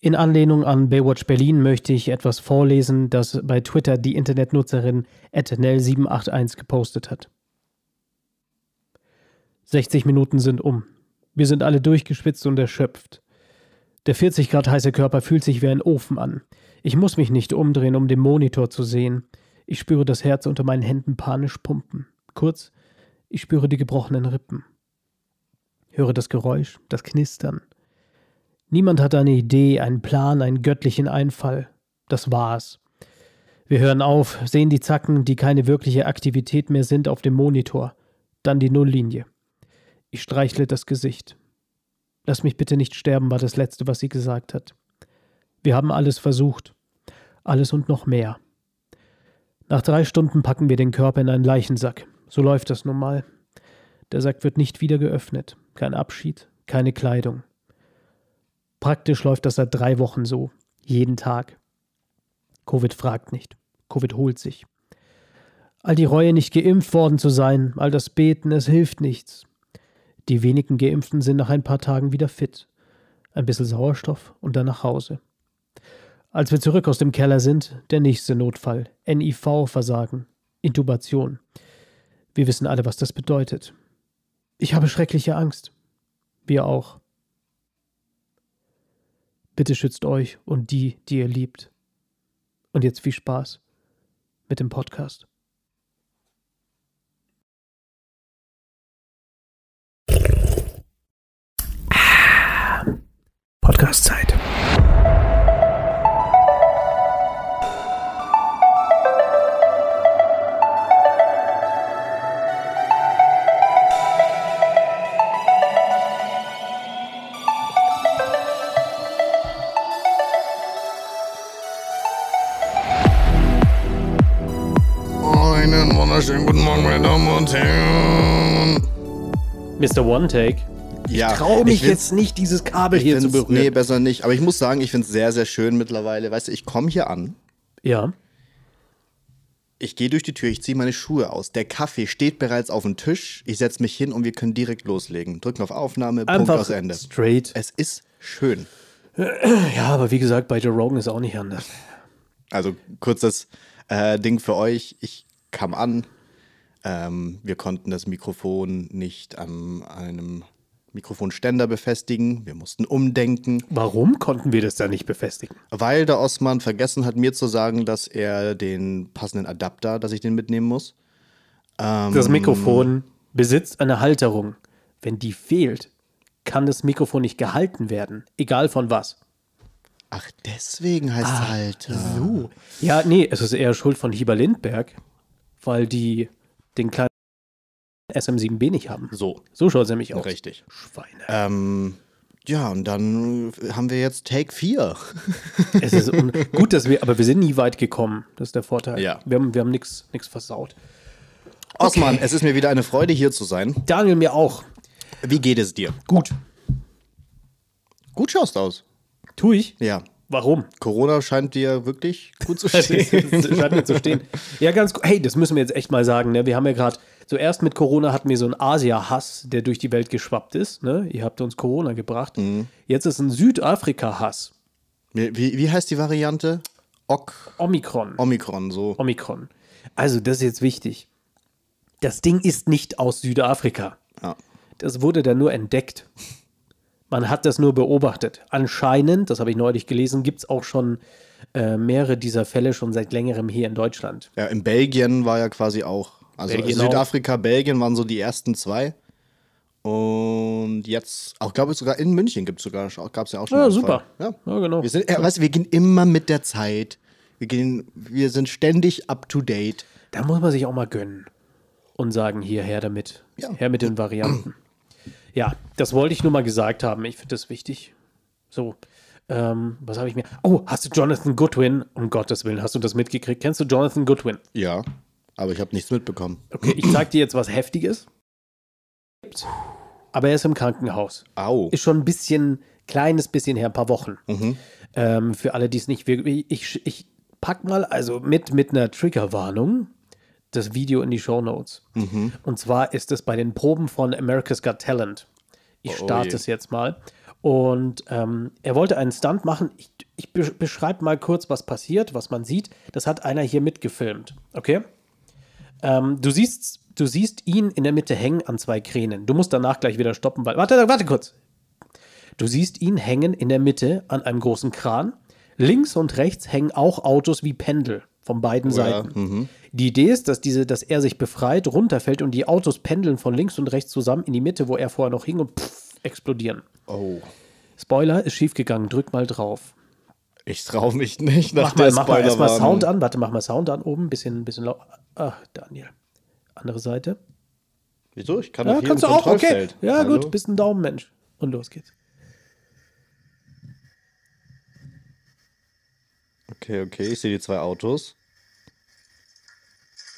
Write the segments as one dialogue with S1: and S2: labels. S1: In Anlehnung an Baywatch Berlin möchte ich etwas vorlesen, das bei Twitter die Internetnutzerin @nell781 gepostet hat. 60 Minuten sind um. Wir sind alle durchgeschwitzt und erschöpft. Der 40 Grad heiße Körper fühlt sich wie ein Ofen an. Ich muss mich nicht umdrehen, um den Monitor zu sehen. Ich spüre das Herz unter meinen Händen panisch pumpen. Kurz, ich spüre die gebrochenen Rippen. Höre das Geräusch, das Knistern. Niemand hat eine Idee, einen Plan, einen göttlichen Einfall. Das war's. Wir hören auf, sehen die Zacken, die keine wirkliche Aktivität mehr sind, auf dem Monitor, dann die Nulllinie. Ich streichle das Gesicht. Lass mich bitte nicht sterben, war das Letzte, was sie gesagt hat. Wir haben alles versucht. Alles und noch mehr. Nach drei Stunden packen wir den Körper in einen Leichensack. So läuft das nun mal. Der Sack wird nicht wieder geöffnet. Kein Abschied, keine Kleidung. Praktisch läuft das seit drei Wochen so. Jeden Tag. Covid fragt nicht. Covid holt sich. All die Reue, nicht geimpft worden zu sein, all das Beten, es hilft nichts. Die wenigen Geimpften sind nach ein paar Tagen wieder fit. Ein bisschen Sauerstoff und dann nach Hause. Als wir zurück aus dem Keller sind, der nächste Notfall. NIV-Versagen. Intubation. Wir wissen alle, was das bedeutet. Ich habe schreckliche Angst. Wir auch. Bitte schützt euch und die, die ihr liebt. Und jetzt viel Spaß mit dem Podcast. Ah,
S2: Podcast-Zeit.
S3: Einen wunderschönen guten Morgen, meine Damen und Herren.
S1: Mr. One Take.
S3: Ja,
S2: Trau mich
S3: find's-
S2: jetzt nicht, dieses Kabel
S3: ich
S2: hier zu
S3: find's- Nee,
S2: berühren.
S3: besser nicht. Aber ich muss sagen, ich finde es sehr, sehr schön mittlerweile. Weißt du, ich komme hier an,
S1: Ja.
S3: ich gehe durch die Tür, ich ziehe meine Schuhe aus. Der Kaffee steht bereits auf dem Tisch. Ich setze mich hin und wir können direkt loslegen. Drücken auf Aufnahme, Punkt
S2: Einfach
S3: aus Ende.
S2: straight.
S3: Es ist schön.
S1: Ja, aber wie gesagt, bei Joe Rogan ist auch nicht anders.
S3: Also kurzes äh, Ding für euch. Ich kam an. Ähm, wir konnten das Mikrofon nicht an einem Mikrofonständer befestigen. Wir mussten umdenken.
S1: Warum konnten wir das da nicht befestigen?
S3: Weil der Osman vergessen hat, mir zu sagen, dass er den passenden Adapter, dass ich den mitnehmen muss. Ähm,
S1: Das Mikrofon besitzt eine Halterung. Wenn die fehlt, kann das Mikrofon nicht gehalten werden, egal von was.
S3: Ach, deswegen heißt es halt.
S1: Ah, So. Ja, nee, es ist eher Schuld von Hieber Lindberg, weil die den kleinen SM7B nicht haben.
S3: So.
S1: So schaut es nämlich aus.
S3: Richtig.
S1: Schweine.
S3: Ähm, ja, und dann haben wir jetzt Take 4.
S1: Es ist un gut, dass wir, aber wir sind nie weit gekommen. Das ist der Vorteil.
S3: Ja.
S1: Wir haben, wir haben nichts versaut.
S3: Osman, es ist mir wieder eine Freude, hier zu sein.
S1: Daniel, mir auch.
S3: Wie geht es dir?
S1: Gut.
S3: Gut schaust aus.
S1: Tu ich?
S3: Ja.
S1: Warum?
S3: Corona scheint dir wirklich gut zu
S1: Das ist-
S3: stehen.
S1: das scheint mir zu stehen. Ja, ganz gut. Hey, das müssen wir jetzt echt mal sagen. Ne? Wir haben ja gerade, zuerst mit Corona hatten wir so einen Asia-Hass, der durch die Welt geschwappt ist. Ne? Ihr habt uns Corona gebracht.
S3: Mhm.
S1: Jetzt ist ein Südafrika-Hass.
S3: wie, wie wie heißt die Variante? Ok,
S1: Omikron.
S3: Omikron, so.
S1: Omikron. Also, das ist jetzt wichtig. Das Ding ist nicht aus Südafrika.
S3: Ja.
S1: Das wurde da nur entdeckt. Man hat das nur beobachtet. Anscheinend, das habe ich neulich gelesen, gibt es auch schon äh, mehrere dieser Fälle schon seit längerem hier in Deutschland.
S3: Ja, in Belgien war ja quasi auch. Also
S1: Belgien
S3: Südafrika, Belgien waren so die ersten zwei. Und jetzt, auch glaube ich sogar in München gibt es sogar gab's ja auch schon.
S1: Ja,
S3: mal einen
S1: super.
S3: Fall. Ja.
S1: Ja, genau.
S3: Wir sind, ja, weißt du, wir gehen immer mit der Zeit. Wir, gehen, wir sind ständig up to date.
S1: Da muss man sich auch mal gönnen und sagen, hier her damit.
S3: Ja.
S1: Her mit den Varianten. Ja, das wollte ich nur mal gesagt haben. Ich finde das wichtig. So, ähm, was habe ich mir? Oh, hast du Jonathan Goodwin? Um Gottes Willen, hast du das mitgekriegt? Kennst du Jonathan Goodwin?
S3: Ja, aber ich habe nichts mitbekommen.
S1: Okay, ich zeige dir jetzt was Heftiges. Aber er ist im Krankenhaus.
S3: Au.
S1: Ist schon ein bisschen, kleines bisschen her, ein paar Wochen.
S3: Mhm.
S1: Ähm, für alle, die es nicht wirklich. Ich, ich pack mal, also mit, mit einer Triggerwarnung, das Video in die Show Notes.
S3: mhm.
S1: Und zwar ist es bei den Proben von America's Got Talent. Ich
S3: Oh, oh
S1: starte
S3: je.
S1: es jetzt mal. Und ähm, er wollte einen Stunt machen. Ich, ich be- beschreibe mal kurz, was passiert, was man sieht. Das hat einer hier mitgefilmt. Okay? Ähm, du, siehst, du siehst ihn in der Mitte hängen an zwei Kränen. Du musst danach gleich wieder stoppen, weil. Warte, warte kurz. Du siehst ihn hängen in der Mitte an einem großen Kran. Links und rechts hängen auch Autos wie Pendel von beiden
S3: Oh ja, mhm.
S1: Seiten. Die Idee ist, dass, diese, dass er sich befreit, runterfällt und die Autos pendeln von links und rechts zusammen in die Mitte, wo er vorher noch hing und pff, explodieren.
S3: Oh.
S1: Spoiler ist schiefgegangen, drück mal drauf.
S3: Ich traue mich nicht nach
S1: Mach mal,
S3: der
S1: mach mal erstmal
S3: Spoilerwarnung.
S1: Sound an. Warte, mach mal Sound an oben. Bisschen, bisschen lau. Ach, Daniel. Andere Seite.
S3: Wieso? Ich kann
S1: Ja,
S3: auf jedem
S1: kannst du auch. Okay.
S3: Kontrollfeld.
S1: Ja,
S3: Hallo?
S1: gut. Bist ein Daumenmensch. Und los geht's.
S3: Okay, okay, ich sehe die zwei Autos.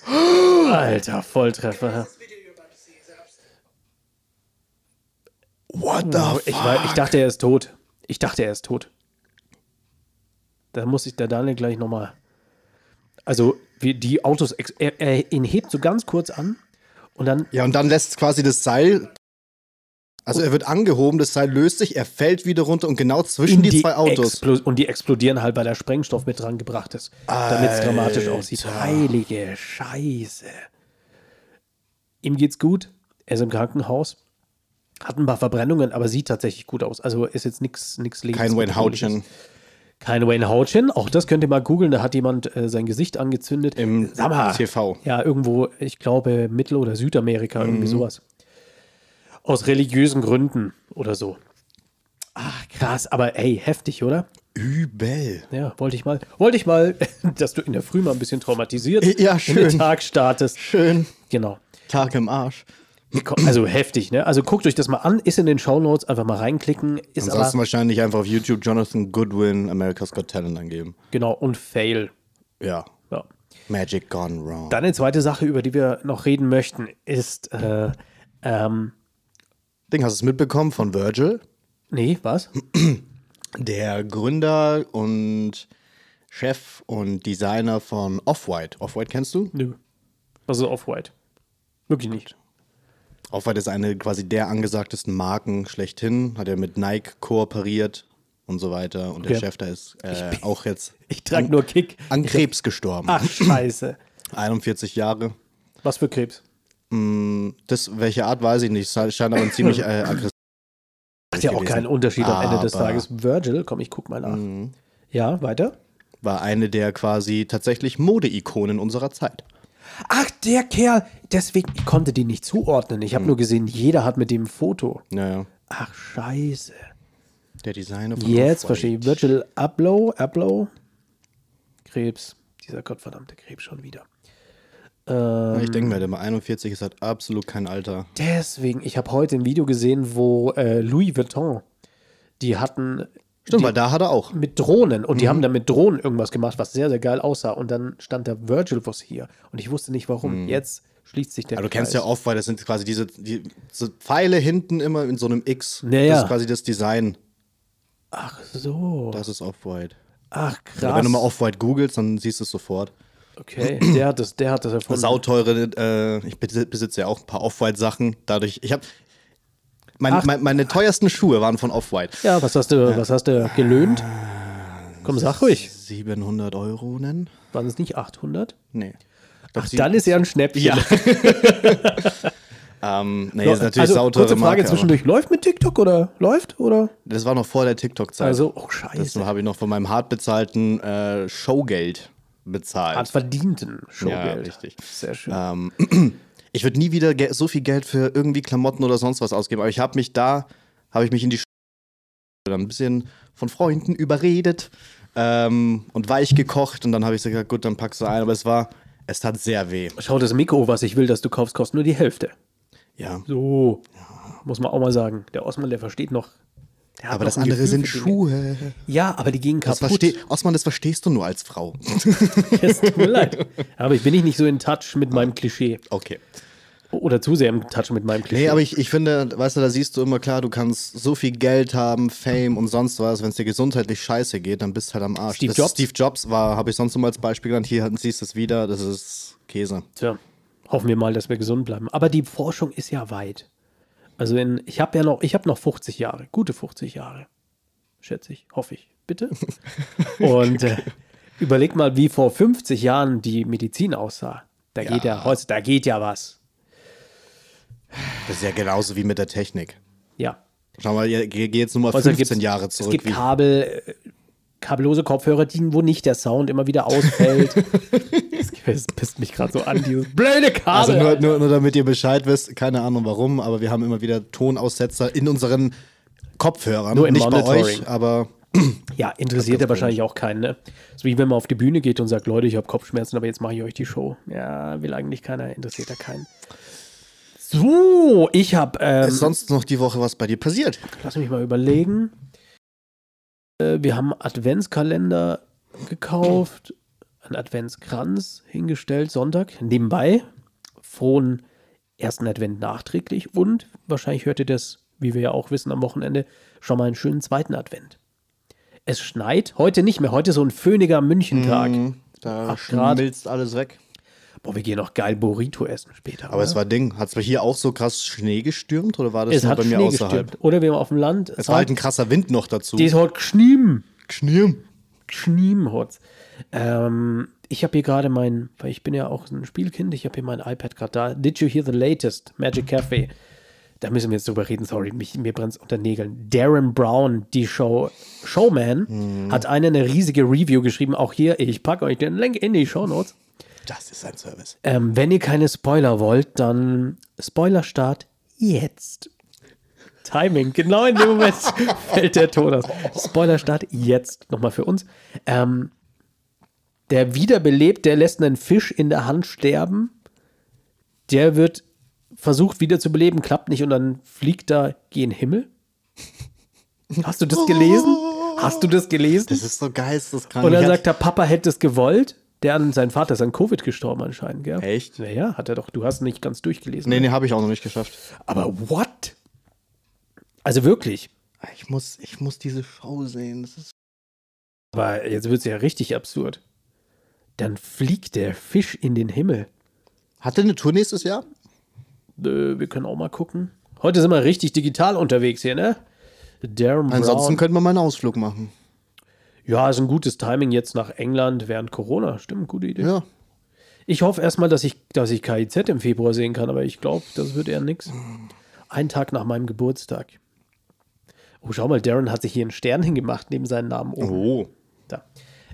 S1: Alter, Volltreffer.
S3: What the
S1: Oh, Ich, war, ich dachte, er ist tot. Ich dachte, er ist tot. Da muss ich der Daniel gleich nochmal. Also, wie die Autos. ex- Er, er, ihn hebt so ganz kurz an und dann
S3: Ja, und dann lässt quasi das Seil. Also er wird angehoben, das Seil löst sich, er fällt wieder runter und genau zwischen
S1: in
S3: die, zwei Autos.
S1: Explo- und die explodieren halt, weil der Sprengstoff mit dran gebracht ist, damit es dramatisch aussieht. Heilige Scheiße. Ihm geht's gut, er ist im Krankenhaus, hat ein paar Verbrennungen, aber sieht tatsächlich gut aus. Also ist jetzt nichts nichts
S3: Kein Wayne Hautchen.
S1: Kein Wayne Hautchen, auch das könnt ihr mal googeln, da hat jemand äh, sein Gesicht angezündet.
S3: Im
S1: Sag mal.
S3: TV.
S1: Ja, irgendwo, ich glaube, Mittel- oder Südamerika, irgendwie
S3: Mhm.
S1: sowas. Aus religiösen Gründen oder so.
S3: Ah,
S1: Ach, krass, aber ey, heftig, oder?
S3: Übel.
S1: Ja, wollte ich mal, wollte ich mal, dass du in der Früh mal ein bisschen traumatisiert
S3: Ja,
S1: in den
S3: schön.
S1: Tag startest.
S3: Schön.
S1: Genau.
S3: Tag im Arsch.
S1: Also heftig, ne? Also guckt euch das mal an, ist in den Shownotes, einfach mal reinklicken, ist aber,
S3: Ansonsten wahrscheinlich einfach auf YouTube Jonathan Goodwin America's Got Talent angeben.
S1: genau, und fail.
S3: Ja.
S1: Ja.
S3: Magic gone wrong.
S1: Dann eine zweite Sache, über die wir noch reden möchten, ist, äh, ähm,
S3: Ding, hast du es mitbekommen von Virgil?
S1: nee, was?
S3: Der Gründer und Chef und Designer von Off-White. Off-White kennst du?
S1: Nö. Was ist Off-White? Wirklich nicht.
S3: Off-White ist eine quasi der angesagtesten Marken schlechthin. Hat er mit Nike kooperiert und so weiter. Und der
S1: Okay.
S3: Chef da ist äh, auch jetzt
S1: Ich trage nur Ah. Kick.
S3: an Krebs gestorben.
S1: Ach, scheiße.
S3: 41 Jahre. Mm,
S1: Was für Krebs?
S3: Das, welche Art, weiß ich nicht. Scheint aber ein ziemlich äh, aggressiv.
S1: Macht ja auch
S3: gewesen.
S1: keinen Unterschied am Ende des
S3: Aber- Mhm.
S1: Tages. Virgil, komm, ich guck mal nach. Ja, weiter.
S3: War eine der quasi tatsächlich Mode-Ikonen unserer Zeit.
S1: Ach, der Kerl. Deswegen, ich konnte die nicht zuordnen. Ich habe
S3: Mhm.
S1: nur gesehen, jeder hat mit dem Foto.
S3: Naja.
S1: Ach, scheiße.
S3: Oh, Der Designer von
S1: Jetzt
S3: Off-White.
S1: verstehe ich. Virgil Abloh, Abloh. Krebs. Dieser gottverdammte Krebs schon wieder. Äh,
S3: Ich denke mir, der mit 41 ist halt absolut kein Alter.
S1: Deswegen, ich habe heute ein Video gesehen, wo äh, Louis Vuitton, die hatten
S3: Stimmt, weil Mhm. da hat er auch.
S1: mit Drohnen und die haben dann mit Drohnen irgendwas gemacht, was sehr, sehr geil aussah. Und dann stand da Virgil was hier und ich wusste nicht warum. Jetzt schließt sich der
S3: Mhm. Aber du kennst ja
S1: Kreis.
S3: oft, weil das sind quasi diese die, so Pfeile hinten immer in so einem X.
S1: Ja,
S3: Das
S1: ja.
S3: ist quasi das Design.
S1: Ach so.
S3: Das ist Off-White.
S1: Ach
S3: Oder
S1: krass.
S3: Wenn du mal Off-White googelst, dann siehst du es sofort.
S1: okay, der hat das, der hat das erfunden.
S3: Sauteure, äh, ich besi- besitze ja auch ein paar Off-White-Sachen. Dadurch, ich habe. Mein,
S1: Ach.
S3: mein, meine teuersten Schuhe waren von Off-White.
S1: Ja, was hast du, was hast du gelöhnt?
S3: Ah,
S1: Komm, sag ruhig.
S3: 700 Euro nennen?
S1: Waren es nicht 800?
S3: Nee.
S1: Ach, dann ist ja ein Schnäppchen.
S3: Ja. ähm, nee, ist natürlich sauteure
S1: also, kurze Frage
S3: Marke, aber
S1: zwischendurch. Läuft mit TikTok oder läuft oder?
S3: Das war noch vor der TikTok-Zeit.
S1: Also, oh
S3: das
S1: scheiße.
S3: habe ich noch von meinem hart bezahlten äh, Showgeld bezahlt.
S1: Hat verdienten Showgeld.
S3: Ja, richtig.
S1: Sehr schön.
S3: Ähm, ich würde nie wieder ge- so viel Geld für irgendwie Klamotten oder sonst was ausgeben, aber ich habe mich da, habe ich mich in die Schule ein bisschen von Freunden überredet ähm, und weich gekocht und dann habe ich so gesagt, gut, dann packst du ein, aber es war, es tat sehr weh.
S1: Schau, das Mikro, was ich will, das du kaufst, kostet nur die Hälfte.
S3: Ja.
S1: So, muss man auch mal sagen. Der Osman, der versteht noch. Der hat
S3: Aber
S1: noch
S3: das
S1: ein
S3: andere
S1: Gefühl
S3: sind
S1: für Dinge.
S3: Schuhe.
S1: Ja, aber die gingen
S3: Das
S1: kaputt.
S3: versteh, Osman, das verstehst du nur als Frau.
S1: Es tut mir leid. Aber ich bin nicht so in Touch mit meinem Klischee.
S3: Okay.
S1: Oder zu sehr im Touch mit meinem Klischee.
S3: Nee, aber ich, ich finde, weißt du, da siehst du immer klar, du kannst so viel Geld haben, Fame und sonst was. Wenn es dir gesundheitlich scheiße geht, dann bist du halt am Arsch.
S1: Steve
S3: das
S1: Jobs?
S3: Steve Jobs war, habe ich sonst immer als Beispiel genannt. Hier siehst du es wieder, das ist Käse.
S1: Tja, hoffen wir mal, dass wir gesund bleiben. Aber die Forschung ist ja weit. Also in, ich habe ja noch, ich habe noch 50 Jahre, gute 50 Jahre, schätze ich, hoffe ich, bitte. Und äh, überleg mal, wie vor 50 Jahren die Medizin aussah. Da geht ja heute, da geht ja was.
S3: Das ist ja genauso wie mit der Technik.
S1: Ja.
S3: Schau mal, ihr- geh geh jetzt nur mal
S1: Also
S3: 15
S1: gibt's-
S3: Jahre
S1: Es
S3: zurück.
S1: gibt
S3: Wie,
S1: Kabel, äh, kabellose Kopfhörer, die, wo nicht der Sound immer wieder ausfällt. das, das pisst mich gerade so an, dieses blöde Kabel.
S3: also nur,
S1: Alter.
S3: nur, nur damit ihr Bescheid wisst, keine Ahnung warum, aber wir haben immer wieder Tonaussetzer in unseren Kopfhörern.
S1: Nur im
S3: Nicht bei
S1: Monitoring.
S3: euch, aber
S1: ja, interessiert ja wahrscheinlich auch keinen, ne? So wie wenn man auf die Bühne geht und sagt, Leute, ich habe Kopfschmerzen, aber jetzt mache ich euch die Show. Ja, will eigentlich keiner, interessiert ja keinen. So, ich habe ähm,
S3: ist sonst noch die Woche was bei dir passiert?
S1: Lass mich mal überlegen. Äh, wir haben einen Adventskalender gekauft, einen Adventskranz hingestellt, Sonntag. Nebenbei, frohen ersten Advent nachträglich und wahrscheinlich hört ihr das, wie wir ja auch wissen, am Wochenende schon mal einen schönen zweiten Advent. Es schneit, heute nicht mehr, heute so ein föhniger Münchentag.
S3: Mhm. Da
S1: Acht Grad.
S3: alles weg.
S1: Boah, wir gehen noch geil Burrito essen später.
S3: Aber es war Ding. Hat es bei hier auch so krass Schnee gestürmt oder war das
S1: es
S3: nur
S1: hat
S3: bei mir
S1: Schnee
S3: außerhalb?
S1: gestürmt. Oder wir haben auf dem Land.
S3: Es war halt ein krasser Wind noch dazu.
S1: die ist heute geschnieben.
S3: Knirm.
S1: Schniemhotz. Ähm, ich habe hier gerade mein, weil ich bin ja auch ein Spielkind, ich habe hier mein iPad gerade da. Did you hear the latest Magic Cafe? Da müssen wir jetzt drüber reden, sorry, mich, mir brennt unter den Nägeln. Darren Brown, die Show Showman, hat eine, eine riesige Review geschrieben. Auch hier, ich packe euch den Link in die Shownotes.
S3: Das ist ein Service.
S1: Ähm, wenn ihr keine Spoiler wollt, dann Spoilerstart jetzt. Timing, genau in dem Moment fällt der Ton aus. Spoilerstart jetzt nochmal für uns. Ähm, der wiederbelebt, der lässt einen Fisch in der Hand sterben. Der wird versucht wiederzubeleben, klappt nicht und dann fliegt da gen Himmel. Hast du das gelesen? Hast du das gelesen?
S3: Das ist so geisteskrank.
S1: Und dann
S3: Ich
S1: sagt
S3: hab-
S1: er, Papa hätte es gewollt. Der an, sein Vater ist an Covid gestorben anscheinend, gell?
S3: Echt?
S1: Naja, hat er doch. Du hast nicht ganz durchgelesen.
S3: Nee, nee, habe ich auch noch nicht geschafft.
S1: Aber what? Also wirklich.
S3: Ich muss, ich muss diese Show sehen. Das ist
S1: Aber jetzt wird es ja richtig absurd. Dann fliegt der Fisch in den Himmel.
S3: Hat der eine Tour nächstes Jahr?
S1: Äh, wir können auch mal gucken. Heute sind wir richtig digital unterwegs hier, ne? Darren
S3: Ansonsten
S1: Brown.
S3: könnten wir mal einen Ausflug machen.
S1: Ja, ist ein gutes Timing jetzt nach England während Corona. Stimmt, gute Idee.
S3: Ja.
S1: Ich hoffe erstmal, dass ich, dass ich KIZ im Februar sehen kann, aber ich glaube, das wird eher nix. Ein Tag nach meinem Geburtstag. Oh, schau mal, Darren hat sich hier einen Stern hingemacht neben seinen Namen oben.
S3: Oh.
S1: Da.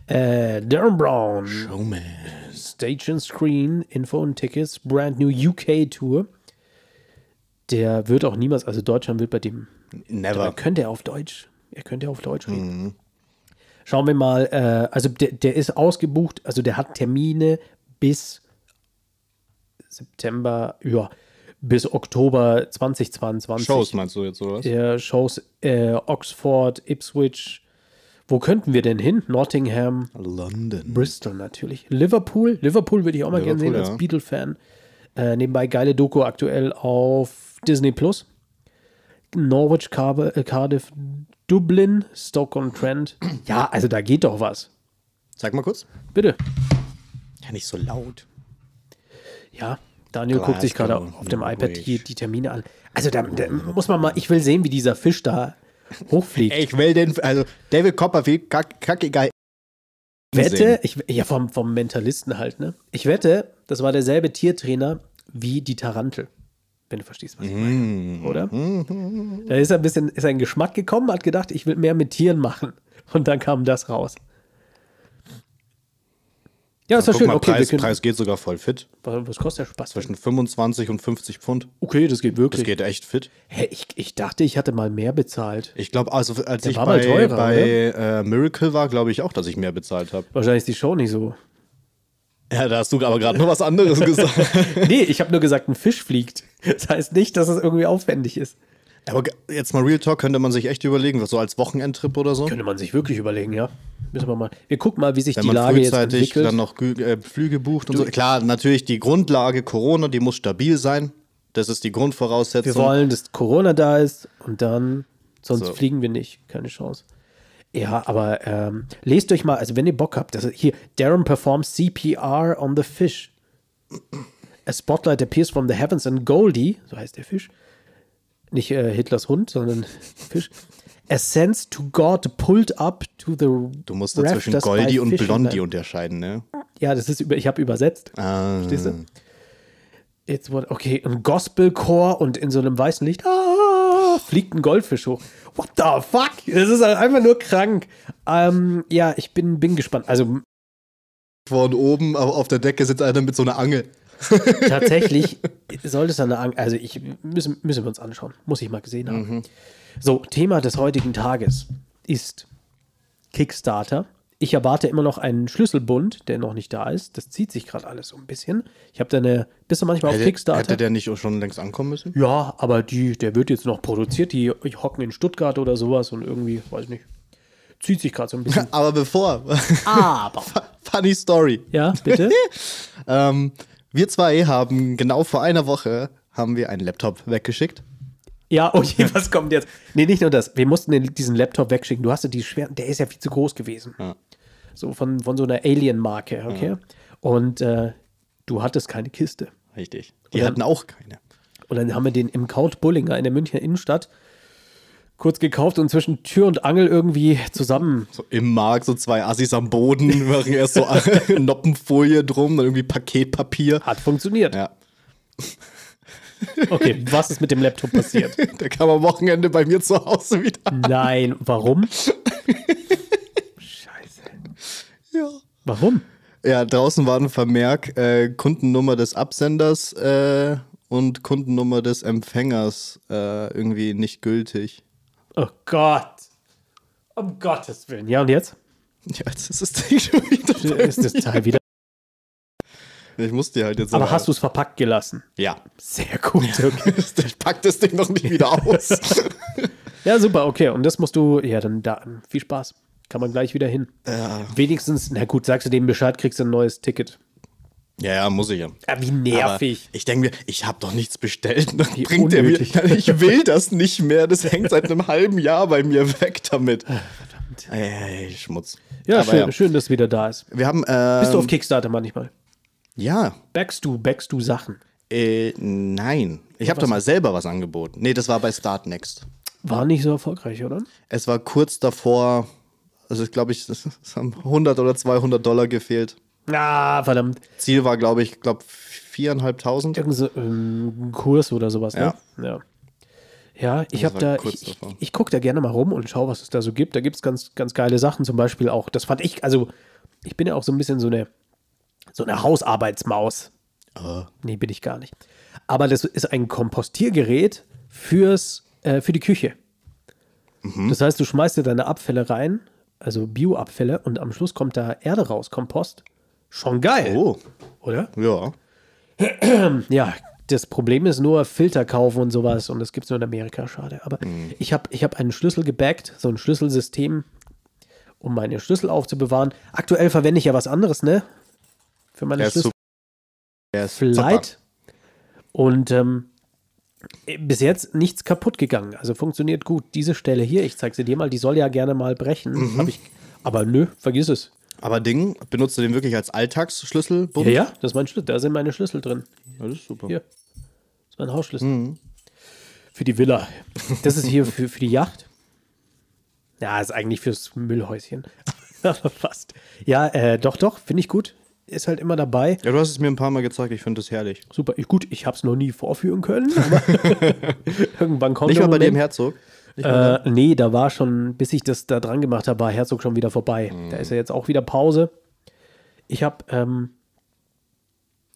S1: Äh, Darren Brown,
S3: Showman.
S1: Stage and Screen, Info und Tickets, Brand New UK Tour. Der wird auch niemals, also Deutschland wird bei dem aber
S3: Never.
S1: könnte er auf Deutsch. Er könnte auf Deutsch reden. Schauen wir mal. Äh, also der, der ist ausgebucht. Also der hat Termine bis September, ja, bis Oktober 2022.
S3: Shows meinst du jetzt, oder was?
S1: Der Shows äh, Oxford, Ipswich. Wo könnten wir denn hin? Nottingham,
S3: London.
S1: Bristol natürlich. Liverpool. Liverpool würde ich auch mal gerne sehen
S3: Liverpool,
S1: als
S3: ja.
S1: Beatle-Fan. Äh, nebenbei geile Doku aktuell auf Disney Plus. Norwich, Car äh, Cardiff, Dublin, Stoke-on-Trent. Ja, also da geht doch was.
S3: Sag mal kurz.
S1: Bitte.
S3: Ja, nicht so laut.
S1: Ja, Daniel
S3: Glasgow,
S1: guckt sich gerade auf dem
S3: Norwich.
S1: iPad die, die Termine an. Also da, da muss man mal, ich will sehen, wie dieser Fisch da hochfliegt.
S3: Ey, ich will den, also David Copperfield, kack, kackegeil.
S1: wette, ich, ja, vom, vom Mentalisten halt, ne? Ich wette, das war derselbe Tiertrainer wie die Tarantel. Wenn du verstehst, was ich meine.
S3: Mhm.
S1: Oder? Da ist er ein bisschen, ist ein Geschmack gekommen, hat gedacht, ich will mehr mit Tieren machen. Und dann kam das raus. Ja, ist ja
S3: Guck
S1: schön.
S3: mal,
S1: okay,
S3: Preis,
S1: wir können,
S3: Preis geht sogar voll fit.
S1: Was was kostet der Spaß?
S3: Zwischen 25 und 50 Pfund.
S1: Okay, das geht wirklich.
S3: Das geht echt fit.
S1: Hä, ich, ich dachte, ich hatte mal mehr bezahlt.
S3: Ich glaube, also als ich
S1: war mal
S3: bei,
S1: teurer,
S3: bei äh, Miracle war, glaube ich auch, dass ich mehr bezahlt habe.
S1: Wahrscheinlich ist die Show nicht so.
S3: Ja, da hast du aber gerade noch was anderes gesagt.
S1: nee, ich habe nur gesagt, ein Fisch fliegt. Das heißt nicht, dass es irgendwie aufwendig ist.
S3: Aber ge- jetzt mal Real Talk, könnte man sich echt überlegen, was so als Wochenendtrip oder so.
S1: Könnte man sich wirklich überlegen, ja. Müssen wir mal. Wir gucken mal, wie sich
S3: Wenn
S1: die
S3: man
S1: Lage jetzt
S3: frühzeitig
S1: entwickelt.
S3: dann noch Gü- äh, Flüge bucht und so. Klar, natürlich die Grundlage Corona, die muss stabil sein. Das ist die
S1: wir
S3: Grundvoraussetzung.
S1: wollen, dass Corona da ist und dann, sonst
S3: So.
S1: fliegen wir nicht. Keine Chance. Ja, aber ähm, lest euch mal, also wenn ihr Bock habt, das ist hier, Darren performs CPR on the fish. A spotlight appears from the heavens and Goldie, so heißt der Fisch, nicht äh, Hitlers Hund, sondern Fisch. Ascends to God pulled up to the
S3: Du musst da
S1: raft,
S3: zwischen
S1: das bei
S3: Goldie und
S1: Fischen
S3: Blondie
S1: bleibt.
S3: unterscheiden, ne?
S1: Ja, das ist über, ich habe übersetzt.
S3: Ah,
S1: Verstehst du? Jetzt wurde, okay, ein Gospelchor und in so einem weißen Licht ah, fliegt ein Goldfisch hoch. What the fuck? Das ist halt einfach nur krank. Ähm, ja, ich bin, bin gespannt. Also
S3: Von oben au- auf der Decke sitzt einer mit so einer Angel.
S1: tatsächlich sollte es eine Angst. Also ich müssen, müssen wir uns anschauen. Muss ich mal gesehen haben.
S3: Mhm.
S1: So, Thema des heutigen Tages ist Kickstarter. Ich erwarte immer noch einen Schlüsselbund, der noch nicht da ist. Das zieht sich gerade alles so ein bisschen. Ich habe da eine. Bist du manchmal auf
S3: Hätte,
S1: Kickstarter?
S3: hätte der nicht auch schon längst ankommen müssen?
S1: Ja, aber die, der wird jetzt noch produziert. Die hocken in Stuttgart oder sowas und irgendwie, weiß nicht, zieht sich gerade so ein bisschen.
S3: Aber bevor,
S1: Aber.
S3: funny story.
S1: Ja, bitte?
S3: Ähm, wir zwei haben genau vor einer Woche haben wir einen Laptop weggeschickt.
S1: Ja, okay, was kommt jetzt? Nee, nicht nur das. Wir mussten den, diesen Laptop wegschicken. Du hast ja die schweren, der ist ja viel zu groß gewesen. So von, von so einer Alien-Marke, okay? Und äh, du hattest keine Kiste.
S3: Richtig. Die hatten auch keine.
S1: Und dann haben wir den im Kaut Bullinger in der Münchner Innenstadt kurz gekauft und zwischen Tür und Angel irgendwie zusammen
S3: So im Markt, so zwei Assis am Boden, machen erst so Noppenfolie drum, dann irgendwie Paketpapier.
S1: hat funktioniert.
S3: Ja.
S1: Okay, was ist mit dem Laptop passiert?
S3: Der kam am Wochenende bei mir zu Hause wieder.
S1: Nein, warum? Scheiße.
S3: Ja.
S1: Warum?
S3: Ja, draußen war ein Vermerk, äh, Kundennummer des Absenders äh, und Kundennummer des Empfängers äh, irgendwie nicht gültig.
S1: Oh Gott. Um Gottes Willen. Ja, und jetzt?
S3: Ja, jetzt ist das Ding schon wieder. bei
S1: Ist das Teil wieder.
S3: mir. Ich muss die halt jetzt.
S1: Aber hast du es verpackt gelassen?
S3: Ja.
S1: Sehr gut. Okay.
S3: ich pack das Ding noch nicht wieder aus.
S1: Ja, super, okay. Und das musst du, ja, dann da, viel Spaß. Kann man gleich wieder hin.
S3: Ja.
S1: Wenigstens, na gut, sagst du dem Bescheid, kriegst du ein neues Ticket.
S3: ja, ja, muss ich ja.
S1: Ah, wie
S3: Aber
S1: nervig.
S3: ich denke mir, ich habe doch nichts bestellt. Dann
S1: Wie
S3: bringt der mir,
S1: unnötig.
S3: ich will das nicht mehr. Das hängt seit einem halben Jahr bei mir weg damit. Verdammt. Ey, Schmutz.
S1: Ah, ja,
S3: Aber
S1: schön, schön, dass es wieder da ist.
S3: Wir haben.
S1: Bist du
S3: ähm,
S1: auf Kickstarter manchmal?
S3: ja,
S1: Backst du, backst du Sachen?
S3: Äh, nein. Ich habe doch mal selber was angeboten. Nee, das war bei Startnext.
S1: War nicht so erfolgreich, oder?
S3: Es war kurz davor, also ich glaube, ich, es haben 100 oder 200 Dollar gefehlt.
S1: Ah, verdammt.
S3: Ziel war, glaube ich, glaube viereinhalbtausend.
S1: Irgend so, ähm, Kurs oder sowas, ne? Ja. Ja, ich habe
S3: Das war
S1: da,
S3: Also kurz
S1: ich, ich,
S3: davor.
S1: ich gucke da gerne mal rum und schaue, was es da so gibt. Da gibt es ganz, ganz geile Sachen, zum Beispiel auch, das fand ich, also ich bin ja auch so ein bisschen so eine, so eine Hausarbeitsmaus. Nee, bin ich gar nicht. Aber das ist ein Kompostiergerät fürs, äh, für die Küche.
S3: Mhm.
S1: Das heißt, du schmeißt dir deine Abfälle rein, also Bioabfälle, und am Schluss kommt da Erde raus, Kompost. Schon geil,
S3: Oh,
S1: oder?
S3: ja.
S1: Ja, das Problem ist nur Filter kaufen und sowas und das gibt es nur in Amerika, schade. Aber ich habe ich hab einen Schlüssel gebackt, so ein Schlüsselsystem, um meine Schlüssel aufzubewahren. Aktuell verwende ich ja was anderes, ne? Für meine
S3: Der ist
S1: Schlüssel.
S3: super. Der ist
S1: Flight. Und ähm, bis jetzt nichts kaputt gegangen. Also funktioniert gut. Diese Stelle hier, ich zeig sie dir mal, die soll ja gerne mal brechen. Hab ich, aber nö, vergiss es.
S3: super. Aber Ding, benutzt du den wirklich als Alltagsschlüssel?
S1: Ja, ja, das ist mein Schlüssel. Da sind meine Schlüssel drin.
S3: Das ist super.
S1: Hier. Das ist mein Hausschlüssel.
S3: Mhm.
S1: Für die Villa. Das ist hier für, für die Yacht. Ja, ist eigentlich fürs Müllhäuschen. Aber fast. Ja, äh, doch, doch, finde ich gut. Ist halt immer dabei.
S3: Ja, du hast es mir ein paar Mal gezeigt, ich finde das herrlich.
S1: Super. Ich, gut, ich habe es noch nie vorführen können. Aber irgendwann kommt
S3: Nicht
S1: der
S3: mal bei dem
S1: Moment.
S3: Herzog.
S1: Äh, nee, da war schon, bis ich das da dran gemacht habe, war Herzog schon wieder vorbei.
S3: Mhm.
S1: Da ist ja jetzt auch wieder Pause. Ich habe ähm,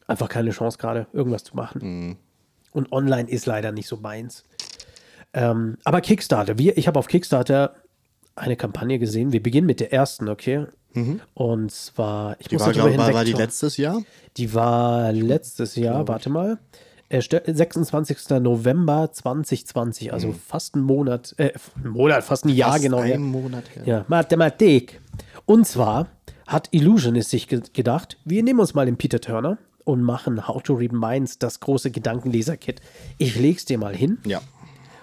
S1: einfach keine Chance gerade, irgendwas zu machen.
S3: Mhm.
S1: Und online ist leider nicht so meins. Ähm, aber Kickstarter, wir, ich habe auf Kickstarter eine Kampagne gesehen. Wir beginnen mit der ersten, okay? Und zwar, ich
S3: Mhm. Die
S1: muss
S3: war,
S1: darüber
S3: glaube ich, war, war die
S1: hinwegschauen.
S3: letztes Jahr?
S1: Die war letztes Jahr, warte mal, äh, ste- 26. November 2020, also fast einen Monat, äh, einen Monat, fast ein Jahr
S3: Hm. Fast
S1: genau. her.
S3: Einen Monat her.
S1: Ja, Mathematik. Und zwar hat Illusionist sich ge gedacht, wir nehmen uns mal den Peter Turner und machen How to Read Minds, das große Gedankenleser-Kit. Ich leg's dir mal hin.
S3: Ja.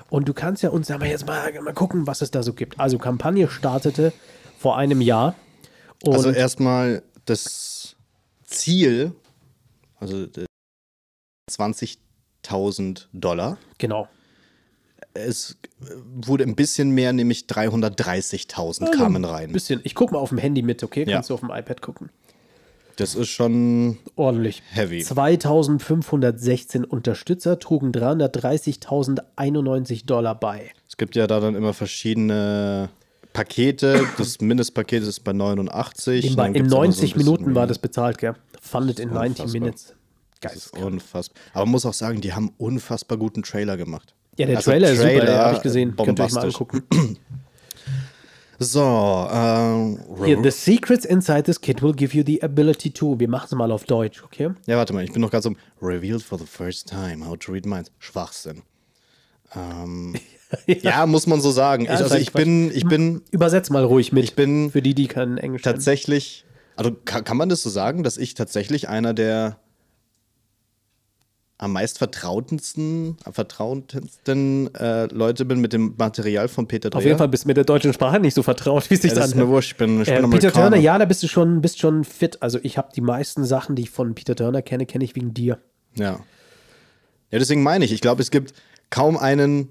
S1: Und du kannst ja uns aber jetzt mal, mal gucken, was es da so gibt. Also Kampagne startete vor einem Jahr. Und
S3: Also erstmal das Ziel, also äh, 20.000 Dollar.
S1: genau.
S3: es wurde ein bisschen mehr, nämlich 330.000
S1: Also,
S3: kamen rein.
S1: Bisschen. Ich guck mal auf dem Handy mit, okay?
S3: Ja.
S1: Kannst du auf dem iPad gucken.
S3: Das ist schon
S1: Ordentlich.
S3: Heavy.
S1: 2516 Unterstützer trugen 330.091 Dollar bei.
S3: Es gibt ja da dann immer verschiedene Pakete. Das Mindestpaket ist bei 89.
S1: In,
S3: Dann
S1: in
S3: gibt's aber so ein
S1: 90
S3: bisschen
S1: Minuten war
S3: mehr.
S1: das bezahlt, gell? Funded in 90
S3: unfassbar.
S1: Minutes.
S3: Das ist unfassbar. Aber man muss auch sagen, die haben unfassbar guten Trailer gemacht.
S1: Ja, der
S3: Also
S1: Trailer ist super, den habe ich
S3: äh,
S1: gesehen. Könnt ihr euch mal
S3: bombastisch.
S1: angucken.
S3: So, ähm,
S1: Hier, the secrets inside this kit will give you the ability to. Wir machen es mal auf Deutsch, okay?
S3: ja, warte mal, ich bin noch ganz um. Revealed for the first time, how to read minds. Schwachsinn. Ähm, ja. muss man so sagen. Ich,
S1: ist
S3: also
S1: halt
S3: ich bin, ich bin
S1: Übersetz mal ruhig mit.
S3: Ich bin
S1: für die, die kein Englisch können.
S3: tatsächlich, also kann, kann man das so sagen, dass ich tatsächlich einer der am meist vertrautensten, am vertrautensten äh, Leute bin mit dem Material von Peter Dreyer.
S1: Auf jeden Fall bist du mit der deutschen Sprache nicht so vertraut, wie es sich
S3: Ja, das ist mir
S1: anhört.
S3: wurscht, ich bin, ich
S1: Äh,
S3: bin
S1: Peter
S3: Amerikaner.
S1: Turner, ja, da bist du schon, bist schon fit. Also ich habe die meisten Sachen, die ich von Peter Turner kenne, kenne ich wegen dir.
S3: Ja. Ja, deswegen meine ich, ich glaube, es gibt kaum einen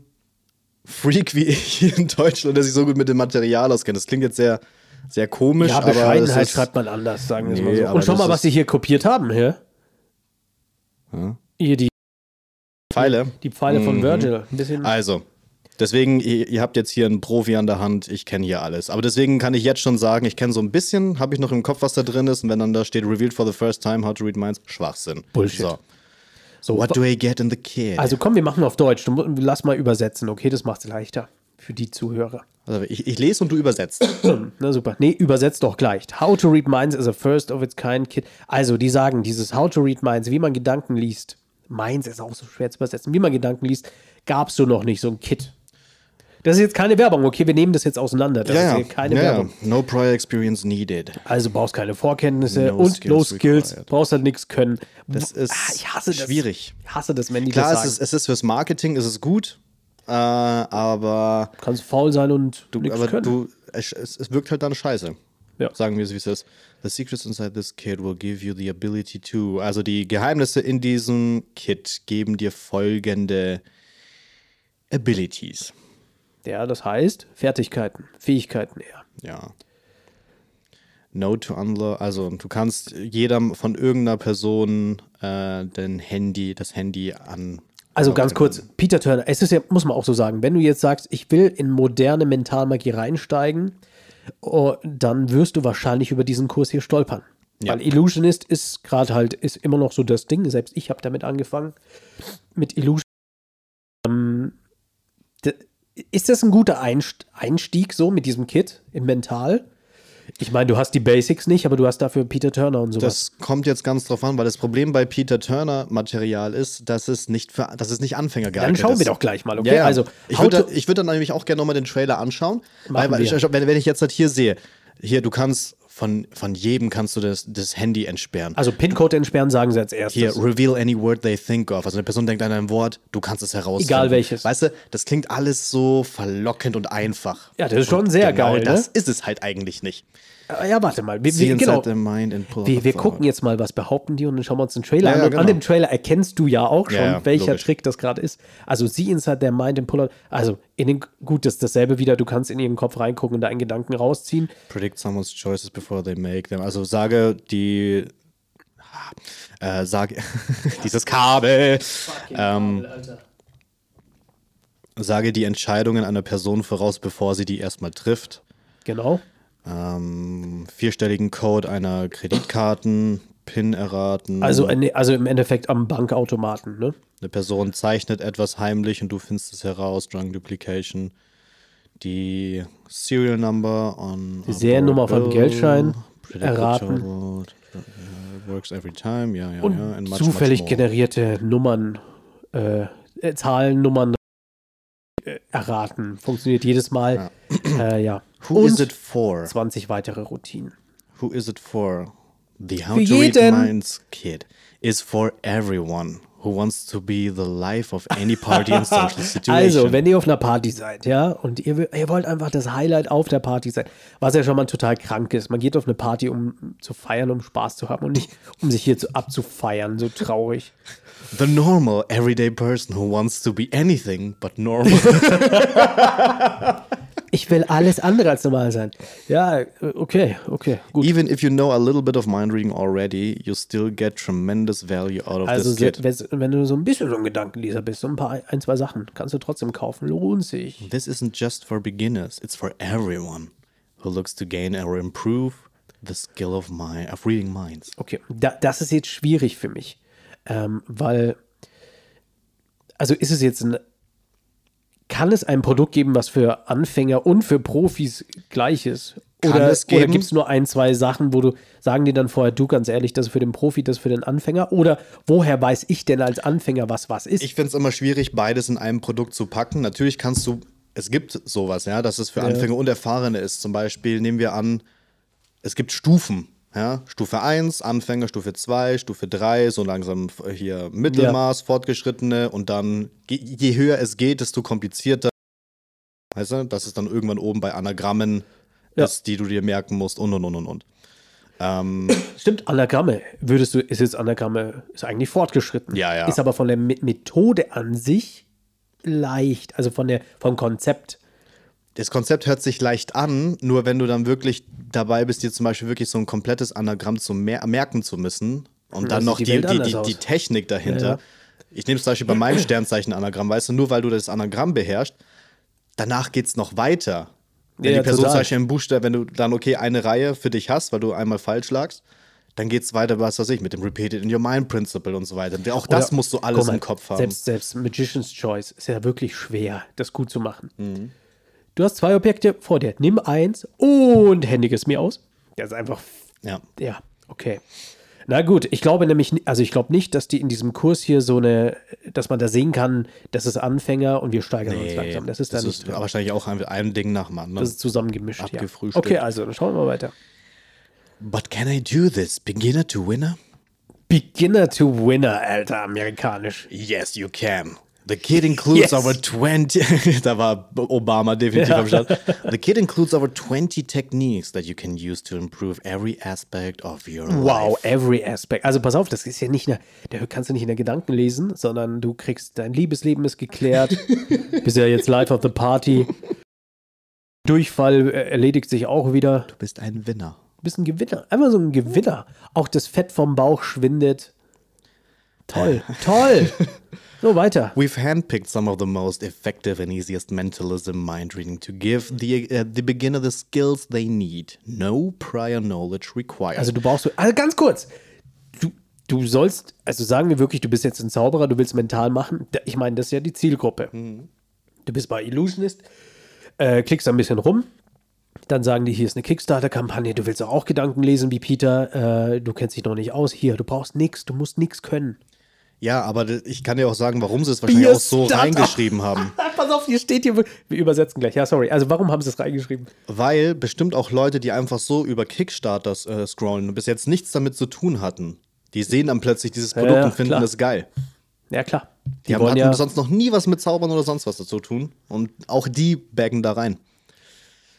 S3: Freak wie ich hier in Deutschland, der sich so gut mit dem Material auskennt. Das klingt jetzt sehr, sehr komisch,
S1: Ja,
S3: aber es
S1: Bescheidenheit
S3: ist,
S1: schreibt man anders, sagen wir es
S3: Nee,
S1: mal so.
S3: aber
S1: Und schau
S3: das
S1: mal, was
S3: ist-
S1: sie hier kopiert haben, hier. Hier die,
S3: Pfeile.
S1: die Pfeile von
S3: Mhm.
S1: Virgil. Ein bisschen.
S3: Also, deswegen, ihr, ihr habt jetzt hier einen Profi an der Hand, ich kenne hier alles. Aber deswegen kann ich jetzt schon sagen, ich kenne so ein bisschen, habe ich noch im Kopf, was da drin ist. Und wenn dann da steht, revealed for the first time, how to read minds, Schwachsinn.
S1: Bullshit.
S3: So.
S1: so,
S3: What do I get in the kid?
S1: also komm, wir machen auf Deutsch. Du, mu- lass mal übersetzen, okay? Das macht es leichter für die Zuhörer.
S3: Also, ich, ich lese und du übersetzt.
S1: Na super. Nee, übersetzt doch gleich. How to read minds is a first of its kind kid. Also, die sagen dieses How to read minds, wie man Gedanken liest. Minds ist auch so schwer zu übersetzen. Wie man Gedanken liest, gab es so noch nicht, so ein Kit. Das ist jetzt keine Werbung, okay? Wir nehmen das jetzt auseinander. Das ist hier keine Werbung.
S3: No prior experience needed.
S1: Also brauchst keine Vorkenntnisse
S3: No
S1: und no
S3: skills
S1: Skills,
S3: required.
S1: brauchst halt nichts können.
S3: Das
S1: Ah,
S3: ist
S1: ich hasse das.
S3: schwierig.
S1: Ich hasse das, wenn die
S3: Klar,
S1: das sagen.
S3: es ist, es ist fürs Marketing, es ist gut, äh, aber,
S1: Kannst faul sein und du, nichts
S3: aber
S1: können.
S3: du, es, es es wirkt halt dann scheiße.
S1: Ja.
S3: Sagen wir es, wie es ist. The secrets inside this kid will give you the ability to. Also die Geheimnisse in diesem Kit geben dir folgende Abilities.
S1: ja, das heißt Fertigkeiten, Fähigkeiten eher.
S3: Ja. No to unlock, also du kannst jedem von irgendeiner Person äh, den Handy, das Handy an.
S1: Also
S3: Genau,
S1: ganz kurz, Peter Turner, es ist ja, muss man auch so sagen, wenn du jetzt sagst, ich will in moderne Mentalmagie reinsteigen, oh, dann wirst du wahrscheinlich über diesen Kurs hier stolpern. Weil Illusionist ist gerade halt, ist immer noch so das Ding, selbst ich habe damit angefangen, mit Illusion. Ähm, d- ist das ein guter Einst- Einstieg so mit diesem Kit im Mental? Ich meine, du hast die Basics nicht, aber du hast dafür Peter Turner und sowas.
S3: Das kommt jetzt ganz drauf an, weil das Problem bei Peter Turner Material ist, dass es nicht für, dass es nicht Anfänger
S1: dann
S3: geeignet
S1: schauen
S3: ist.
S1: wir doch gleich mal, okay?
S3: Ja, ja.
S1: Also,
S3: ich
S1: how
S3: würde
S1: to-
S3: ich würd dann nämlich auch gerne nochmal den Trailer anschauen. Weil, weil ich,
S1: wir.
S3: wenn, wenn ich jetzt halt hier sehe, hier, du kannst von, von jedem kannst du das, das Handy entsperren.
S1: also PIN-Code entsperren sagen sie als erstes.
S3: hier, reveal any word they think of. Also eine Person denkt an ein Wort, du kannst es herausfinden.
S1: Egal welches.
S3: Weißt du, das klingt alles so verlockend und einfach.
S1: Ja, das ist schon sehr
S3: genau
S1: geil, ne?
S3: Das halt ist es halt eigentlich nicht.
S1: Ah, Ja, warte mal. Wir,
S3: See
S1: wir,
S3: inside
S1: genau.
S3: their mind and pull
S1: Wir,
S3: out
S1: wir
S3: the
S1: gucken jetzt mal, was behaupten die und dann schauen wir uns den Trailer
S3: Ja,
S1: an.
S3: ja,
S1: Und an
S3: genau.
S1: dem Trailer erkennst du ja auch schon,
S3: Ja, ja,
S1: welcher
S3: logisch.
S1: Trick das gerade ist. Also sie inside their mind and pull out. Also in den, gut, das ist dasselbe wieder. Du kannst in ihren Kopf reingucken und deinen Gedanken rausziehen.
S3: Predict someone's choices before they make them. Also sage die. Äh, sage. dieses Kabel.
S1: Ähm, Alter.
S3: Sage die Entscheidungen einer Person voraus, bevor sie die erstmal trifft.
S1: Genau.
S3: Ähm, vierstelligen Code einer Kreditkarten, PIN erraten.
S1: Also, in- also im Endeffekt am Bankautomaten. Ne?
S3: eine Person zeichnet etwas heimlich und du findest es heraus. Drunk Duplication. Die Serial Number on. a
S1: Seriennummer auf einem
S3: bill,
S1: Geldschein
S3: predicted
S1: erraten.
S3: total, äh, Works every time, ja, ja,
S1: Und
S3: ja. and much, much
S1: zufällig
S3: more.
S1: generierte Nummern, äh, äh, Zahlen, Nummern äh, erraten. Funktioniert jedes Mal. Ja. Äh, ja.
S3: Who is it for?
S1: 20 weitere Routinen.
S3: Who is it for? The How
S1: Für
S3: to Read
S1: jeden.
S3: Minds Kid is for everyone Who wants to be the life of any party and social situation?
S1: Also, wenn ihr auf einer Party seid, ja, und ihr, will- ihr wollt einfach das Highlight auf der Party sein, was ja schon mal total krank ist. Man geht auf eine Party, um zu feiern, um Spaß zu haben und nicht, um sich hier zu, abzufeiern, so traurig.
S3: The normal everyday person who wants to be anything but normal.
S1: Ich will alles andere als normal sein. Ja, äh, okay, okay, gut.
S3: Even if you know a little bit of mind reading already, you still get tremendous value out of
S1: Also,
S3: this
S1: so,
S3: kit.
S1: wenn wenn du so ein bisschen so ein Gedankenleser bist, so ein paar, ein, zwei Sachen, kannst du trotzdem kaufen. Lohnt sich.
S3: This isn't just for beginners, it's for everyone who looks to gain or improve the skill of mind of reading minds.
S1: Okay, da, das ist jetzt schwierig für mich, ähm, weil, also ist es jetzt ein, kann es ein Produkt geben, was für Anfänger und für Profis gleich ist?
S3: Kann
S1: oder
S3: es geben.
S1: oder gibt es nur ein, zwei Sachen, wo du, sagen die dann vorher, du ganz ehrlich, das ist für den Profi, das ist für den Anfänger? Oder woher weiß ich denn als Anfänger, was was ist?
S3: Ich finde es immer schwierig, beides in einem Produkt zu packen. Natürlich kannst du, es gibt sowas, ja, dass es für Anfänger und Erfahrene ist. Zum Beispiel nehmen wir an, es gibt Stufen. Ja, Stufe 1, Anfänger, Stufe 2, Stufe 3, so langsam f- hier Mittelmaß, Fortgeschrittene und dann, je, je höher es geht, desto komplizierter. Weißt du, das ist dann irgendwann oben bei Anagrammen,
S1: Ja.
S3: ist, die du dir merken musst und und und und Ähm, und.
S1: Stimmt, Anagramme. Würdest du, ist jetzt Anagramme, ist eigentlich fortgeschritten.
S3: Ja, ja.
S1: Ist aber von der Me- Methode an sich leicht, also von der, vom Konzept.
S3: das Konzept hört sich leicht an, nur wenn du dann wirklich dabei bist, dir zum Beispiel wirklich so ein komplettes Anagramm zu mer merken zu müssen und dann
S1: sieht
S3: noch
S1: die
S3: die, die,
S1: Welt
S3: die,
S1: anders
S3: die,
S1: aus.
S3: Technik dahinter.
S1: Ja, ja.
S3: Ich nehme zum Beispiel bei meinem Sternzeichen-Anagramm, weißt du, nur weil du das Anagramm beherrschst, danach geht es noch weiter. Wenn
S1: Ja,
S3: die Person zum
S1: total.
S3: Beispiel im Buchstaben, wenn du dann okay eine Reihe für dich hast, weil du einmal falsch lagst, dann geht es weiter, was weiß ich, mit dem Repeated in Your Mind Principle und so weiter. Auch das
S1: Oder-
S3: musst du alles
S1: Guck mal,
S3: im Kopf haben.
S1: Selbst, selbst Magician's Choice ist ja wirklich schwer, das gut zu machen.
S3: Mhm.
S1: Du hast zwei Objekte vor dir. Nimm eins und händige es mir aus. Das ist einfach.
S3: ja.
S1: Ja, okay. Na gut, ich glaube nämlich, ni- also ich glaube nicht, dass die in diesem Kurs hier so eine, dass man da sehen kann, das ist Anfänger und wir steigern uns langsam. Das ist da nicht drin.
S3: wahrscheinlich auch ein, ein Ding nach dem anderen.
S1: Das ist zusammengemischt. Ja.
S3: Abgefrühstückt.
S1: Okay, also dann schauen wir mal weiter.
S3: But can I do this, beginner to winner?
S1: Beginner to Winner, alter amerikanisch.
S3: Yes, you can. The kid includes
S1: Yes.
S3: over 20. da war Obama definitiv am Start. The kid includes over 20 techniques that you can use to improve every aspect of your
S1: Wow,
S3: life.
S1: every aspect. Also pass auf, das ist ja nicht eine, da kannst du nicht in der Gedanken lesen, sondern du kriegst, dein Liebesleben ist geklärt. Bist ja jetzt live of the party. Durchfall äh, erledigt sich auch wieder.
S3: Du bist ein Winner.
S1: Du bist ein Gewinner. Einfach so ein Gewinner. Auch das Fett vom Bauch schwindet. Toll, toll. So, weiter.
S3: We've handpicked some of the most effective and easiest mentalism mind reading to give the, uh, the beginner the skills they need. No prior knowledge required.
S1: Also du brauchst, also ganz kurz, du, du sollst, also sagen wir wirklich, du bist jetzt ein Zauberer, du willst mental machen, Da- ich meine, das ist ja die Zielgruppe. Du bist bei Illusionist, äh, klickst da ein bisschen rum, dann sagen die, hier ist eine Kickstarter-Kampagne, du willst auch Gedanken lesen wie Peter, äh, du kennst dich noch nicht aus, hier, du brauchst nichts, du musst nichts können.
S3: ja, aber d- ich kann dir auch sagen, warum sie es wahrscheinlich auch so
S1: Bierstadt-
S3: reingeschrieben haben.
S1: Pass auf, hier steht hier, wir übersetzen gleich, ja, sorry, also warum haben sie es reingeschrieben?
S3: Weil bestimmt auch Leute, die einfach so über Kickstarter äh, scrollen und bis jetzt nichts damit zu tun hatten, die sehen dann plötzlich dieses Produkt
S1: ja,
S3: und finden
S1: klar.
S3: das geil.
S1: Ja, klar.
S3: Die, haben, hatten sonst noch nie was mit Zaubern oder sonst was dazu tun. Und auch die baggen da rein.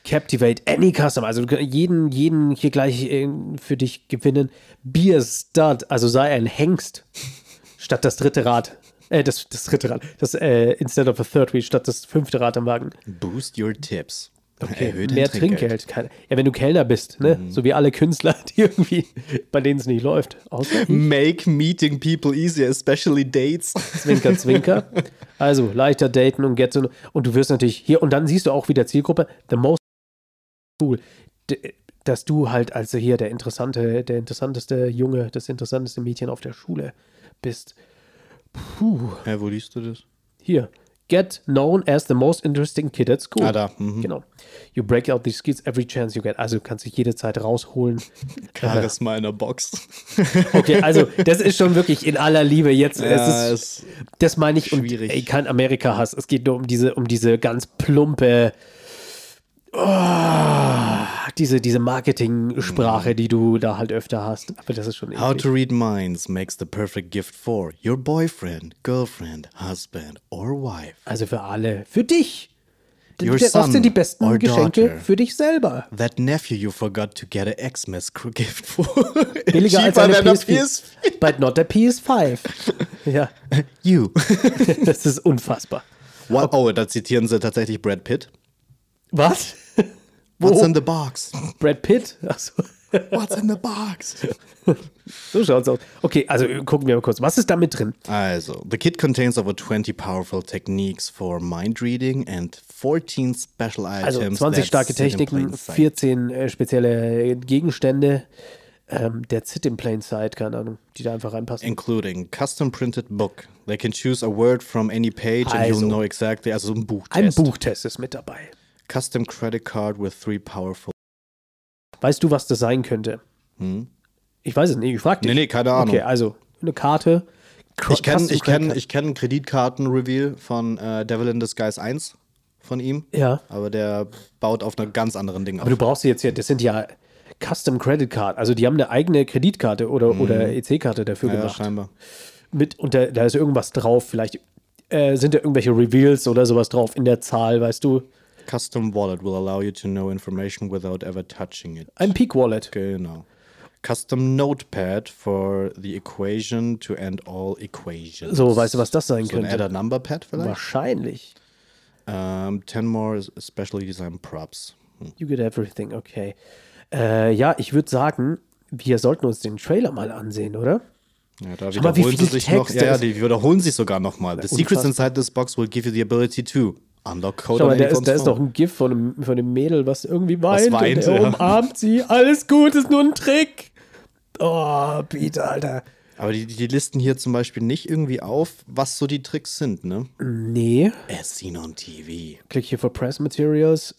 S1: Captivate any customer, also du kannst jeden, jeden hier gleich äh, für dich gewinnen. Beer Stud, also sei ein Hengst statt das dritte Rad. Äh, das, das dritte Rad. Das, äh, instead of a third wheel statt das fünfte Rad am Wagen.
S3: Boost your tips.
S1: Okay,
S3: Erhöht dein
S1: mehr Trinkgeld. Keine, ja, wenn du Kellner bist, ne? So wie alle Künstler, die irgendwie, bei denen es nicht läuft. Außer
S3: Make meeting people easier, especially dates.
S1: Zwinker, Zwinker. Also leichter daten und get to know. Und du wirst natürlich hier, und dann siehst du auch wieder Zielgruppe, the most cool. D dass du halt also hier der interessante, der interessanteste Junge, das interessanteste Mädchen auf der Schule bist. Puh,
S3: Hä, wo liest du das?
S1: hier. Get known as the most interesting kid at school.
S3: Ah, da, mhm.
S1: Genau. You break out these skills every chance you get. Also kannst dich jede Zeit rausholen.
S3: Charisma in der Box.
S1: Okay, also das ist schon wirklich in aller Liebe jetzt. es ist
S3: es-
S1: Das meine ich und
S3: Schwierig.
S1: ey, kein Amerika-Hass. Es geht nur um diese, um diese ganz plumpe. Oh, diese, diese Marketing-Sprache, die du da halt öfter hast. Aber das ist schon
S3: Mhm. How
S1: eklig.
S3: to read minds makes the perfect gift for your boyfriend, girlfriend, husband or wife.
S1: Also für alle. Für dich. D-
S3: Your
S1: d-
S3: son
S1: Das sind die besten
S3: or
S1: Geschenke
S3: daughter.
S1: für dich selber.
S3: That nephew you forgot to get a Xmas cr- gift for.
S1: Billiger als
S3: Cheaper
S1: eine
S3: than a
S1: PS4. But not a PS5. ja,
S3: You.
S1: das ist unfassbar.
S3: Wow, oh, da zitieren sie tatsächlich Brad Pitt.
S1: Was?
S3: What's in the box?
S1: Brad Pitt? Achso.
S3: What's in the box?
S1: So schaut's aus. Okay, also äh, gucken wir mal kurz. Was ist da mit drin?
S3: Also, the kit contains over 20 powerful techniques for mind reading and 14 special items.
S1: Also 20
S3: that
S1: starke
S3: sit in
S1: Techniken,
S3: plain sight.
S1: 14 äh, spezielle Gegenstände. Ähm, der Zit in Plain Sight, keine Ahnung, die da einfach reinpassen.
S3: Including custom printed book. They can choose a word from any page and
S1: Also.
S3: you'll know exactly. Also so ein Buchtest.
S1: Ein Buchtest ist mit dabei.
S3: Custom credit card with three powerful.
S1: Weißt du, was das sein könnte?
S3: Hm?
S1: Ich weiß es nicht, ich frag dich.
S3: Nee, nee, keine Ahnung.
S1: Okay, also eine Karte. Cro-
S3: Ich kenne
S1: Custom
S3: ich kenn,
S1: Credit
S3: ich kenn Kreditkarten-Reveal von äh, Devil in Disguise 1 von ihm.
S1: Card. Ja,
S3: Aber der baut auf einem ganz anderen Ding
S1: aber du brauchst sie jetzt ja, das sind ja Custom Credit Card. Also die haben eine eigene Kreditkarte oder, oder EC-Karte dafür
S3: Hm. ja,
S1: gemacht.
S3: scheinbar.
S1: Mit, und da, da ist irgendwas drauf, vielleicht äh, sind da irgendwelche Reveals oder sowas drauf in der Zahl, weißt du?
S3: Custom wallet will allow you to know information without ever touching it.
S1: Ein Peak Wallet.
S3: Genau. Custom notepad for the equation to end all equations.
S1: So, weißt du, was das sein
S3: So ein
S1: könnte?
S3: Adder Number Pad
S1: Genau.
S3: vielleicht?
S1: Wahrscheinlich.
S3: Ähm, 10 more is specially designed props.
S1: You get everything, okay. Äh, ja, ich würde sagen, wir sollten uns den Trailer mal ansehen, oder?
S3: Ja, da
S1: mal, wie
S3: wiederholen sie
S1: viel
S3: sich noch.
S1: Text
S3: Ja,
S1: da
S3: ja,
S1: ist.
S3: die wiederholen sich sogar nochmal. The secrets
S1: unfassbar.
S3: inside this box will give you the ability to unlock code
S1: Schau mal,
S3: on
S1: da
S3: any
S1: ist, da ist
S3: phone.
S1: noch ein GIF von einem, von einem Mädel, was irgendwie weint.
S3: weint,
S1: und er
S3: ja.
S1: umarmt sie. Alles gut, ist nur ein Trick. Oh, Peter, Alter.
S3: Aber die, die listen hier zum Beispiel nicht irgendwie auf, was so die Tricks sind, ne?
S1: Nee.
S3: As seen on TV.
S1: Klick hier for Press Materials.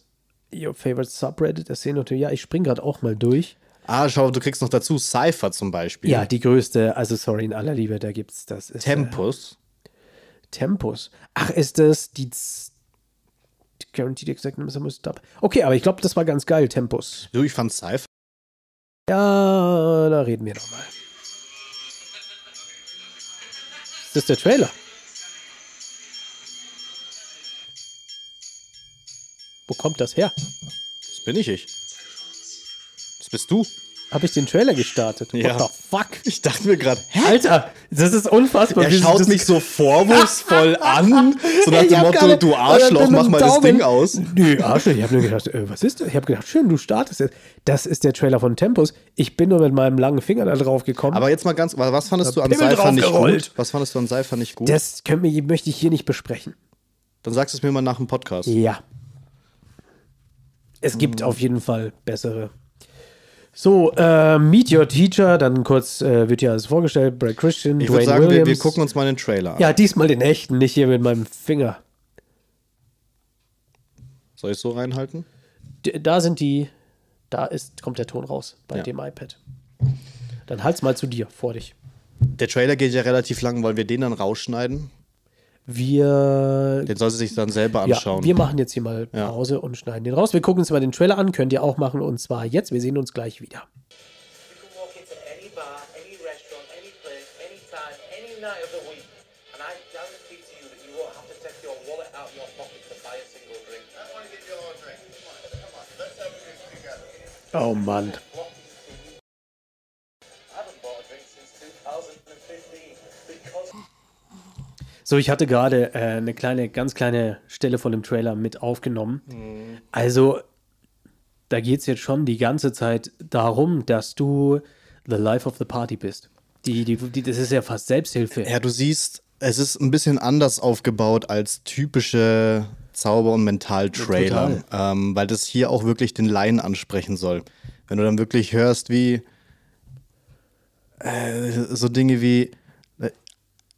S1: Your favorite subreddit. Das sehen natürlich. Ja, ich spring gerade auch mal durch.
S3: Ah, schau, du kriegst noch dazu Cypher zum Beispiel.
S1: Ja, die größte, also sorry, in aller Liebe, da gibt's das. Ist, äh,
S3: Tempus.
S1: Tempus. Ach, ist das die. Z- Guaranteed exact numbers muss stop. Okay, aber ich glaube, das war ganz geil, Tempus.
S3: Du, ich fand Cypher.
S1: Ja, da reden wir nochmal. Das ist der Trailer. Wo kommt das her?
S3: Das bin ich ich. Das bist du.
S1: Habe ich den Trailer gestartet?
S3: Ja.
S1: What the fuck?
S3: Ich dachte mir gerade, hä?
S1: Alter, das ist unfassbar.
S3: Er
S1: wie sie
S3: schaut
S1: das-
S3: mich so vorwurfsvoll an, so nach
S1: Ich
S3: dem
S1: hab
S3: Motto,
S1: gerade-
S3: du
S1: Alter,
S3: Arschloch,
S1: mit
S3: mach
S1: dem
S3: mal das
S1: Daumen-
S3: Ding aus.
S1: Nö, Arschloch, ich habe nur gedacht, äh, was ist das? Ich habe gedacht, schön, du startest jetzt. Das ist der Trailer von Tempus. Ich bin nur mit meinem langen Finger da drauf gekommen.
S3: Aber jetzt mal ganz, wa- was fandest du an
S1: Pimmel
S3: Cypher nicht
S1: draufgerollt.
S3: gut? Was fandest du an Cypher nicht gut?
S1: das können wir, möchte ich hier nicht besprechen.
S3: Dann sagst du es mir mal nach dem Podcast.
S1: Ja. Es gibt
S3: Hm.
S1: auf jeden Fall bessere. So, äh, Meet Your Teacher, dann kurz äh, wird ja alles vorgestellt. Brad Christian,
S3: Ich würde
S1: Dwayne
S3: sagen, wir,
S1: Williams.
S3: wir gucken uns mal den Trailer an.
S1: Ja, diesmal den echten, nicht hier mit meinem Finger.
S3: Soll ich so reinhalten?
S1: D- da sind die, da ist, kommt der Ton raus bei
S3: Ja.
S1: dem iPad. Dann halt's mal zu dir, vor dich.
S3: Der Trailer geht ja relativ lang, wollen wir den dann rausschneiden?
S1: Wir,
S3: Den soll sie sich dann selber anschauen.
S1: ja, wir machen jetzt hier mal
S3: Ja.
S1: Pause und schneiden den raus. Wir gucken uns mal den Trailer an, könnt ihr auch machen und zwar jetzt. Wir sehen uns gleich wieder.
S4: You can walk into any bar, any restaurant, any place, any time, any night of the week, and I guarantee to you that you won't have to take your wallet out of your pocket to buy a single drink. I want to get you all a drink. Come on, come on. Let's have a drink together.
S1: Oh Mann.
S4: I haven't bought a drink since 2015 because.
S1: So, ich hatte gerade äh, eine kleine, ganz kleine Stelle von dem Trailer mit aufgenommen.
S3: Mhm.
S1: Also, da geht es jetzt schon die ganze Zeit darum, dass du the life of the party bist. Die, die, die, das ist ja fast Selbsthilfe.
S3: Ja, du siehst, es ist ein bisschen anders aufgebaut als typische Zauber- und Mental-Trailer, ähm, weil das hier auch wirklich den Laien ansprechen soll. Wenn du dann wirklich hörst, wie äh, so Dinge wie, äh,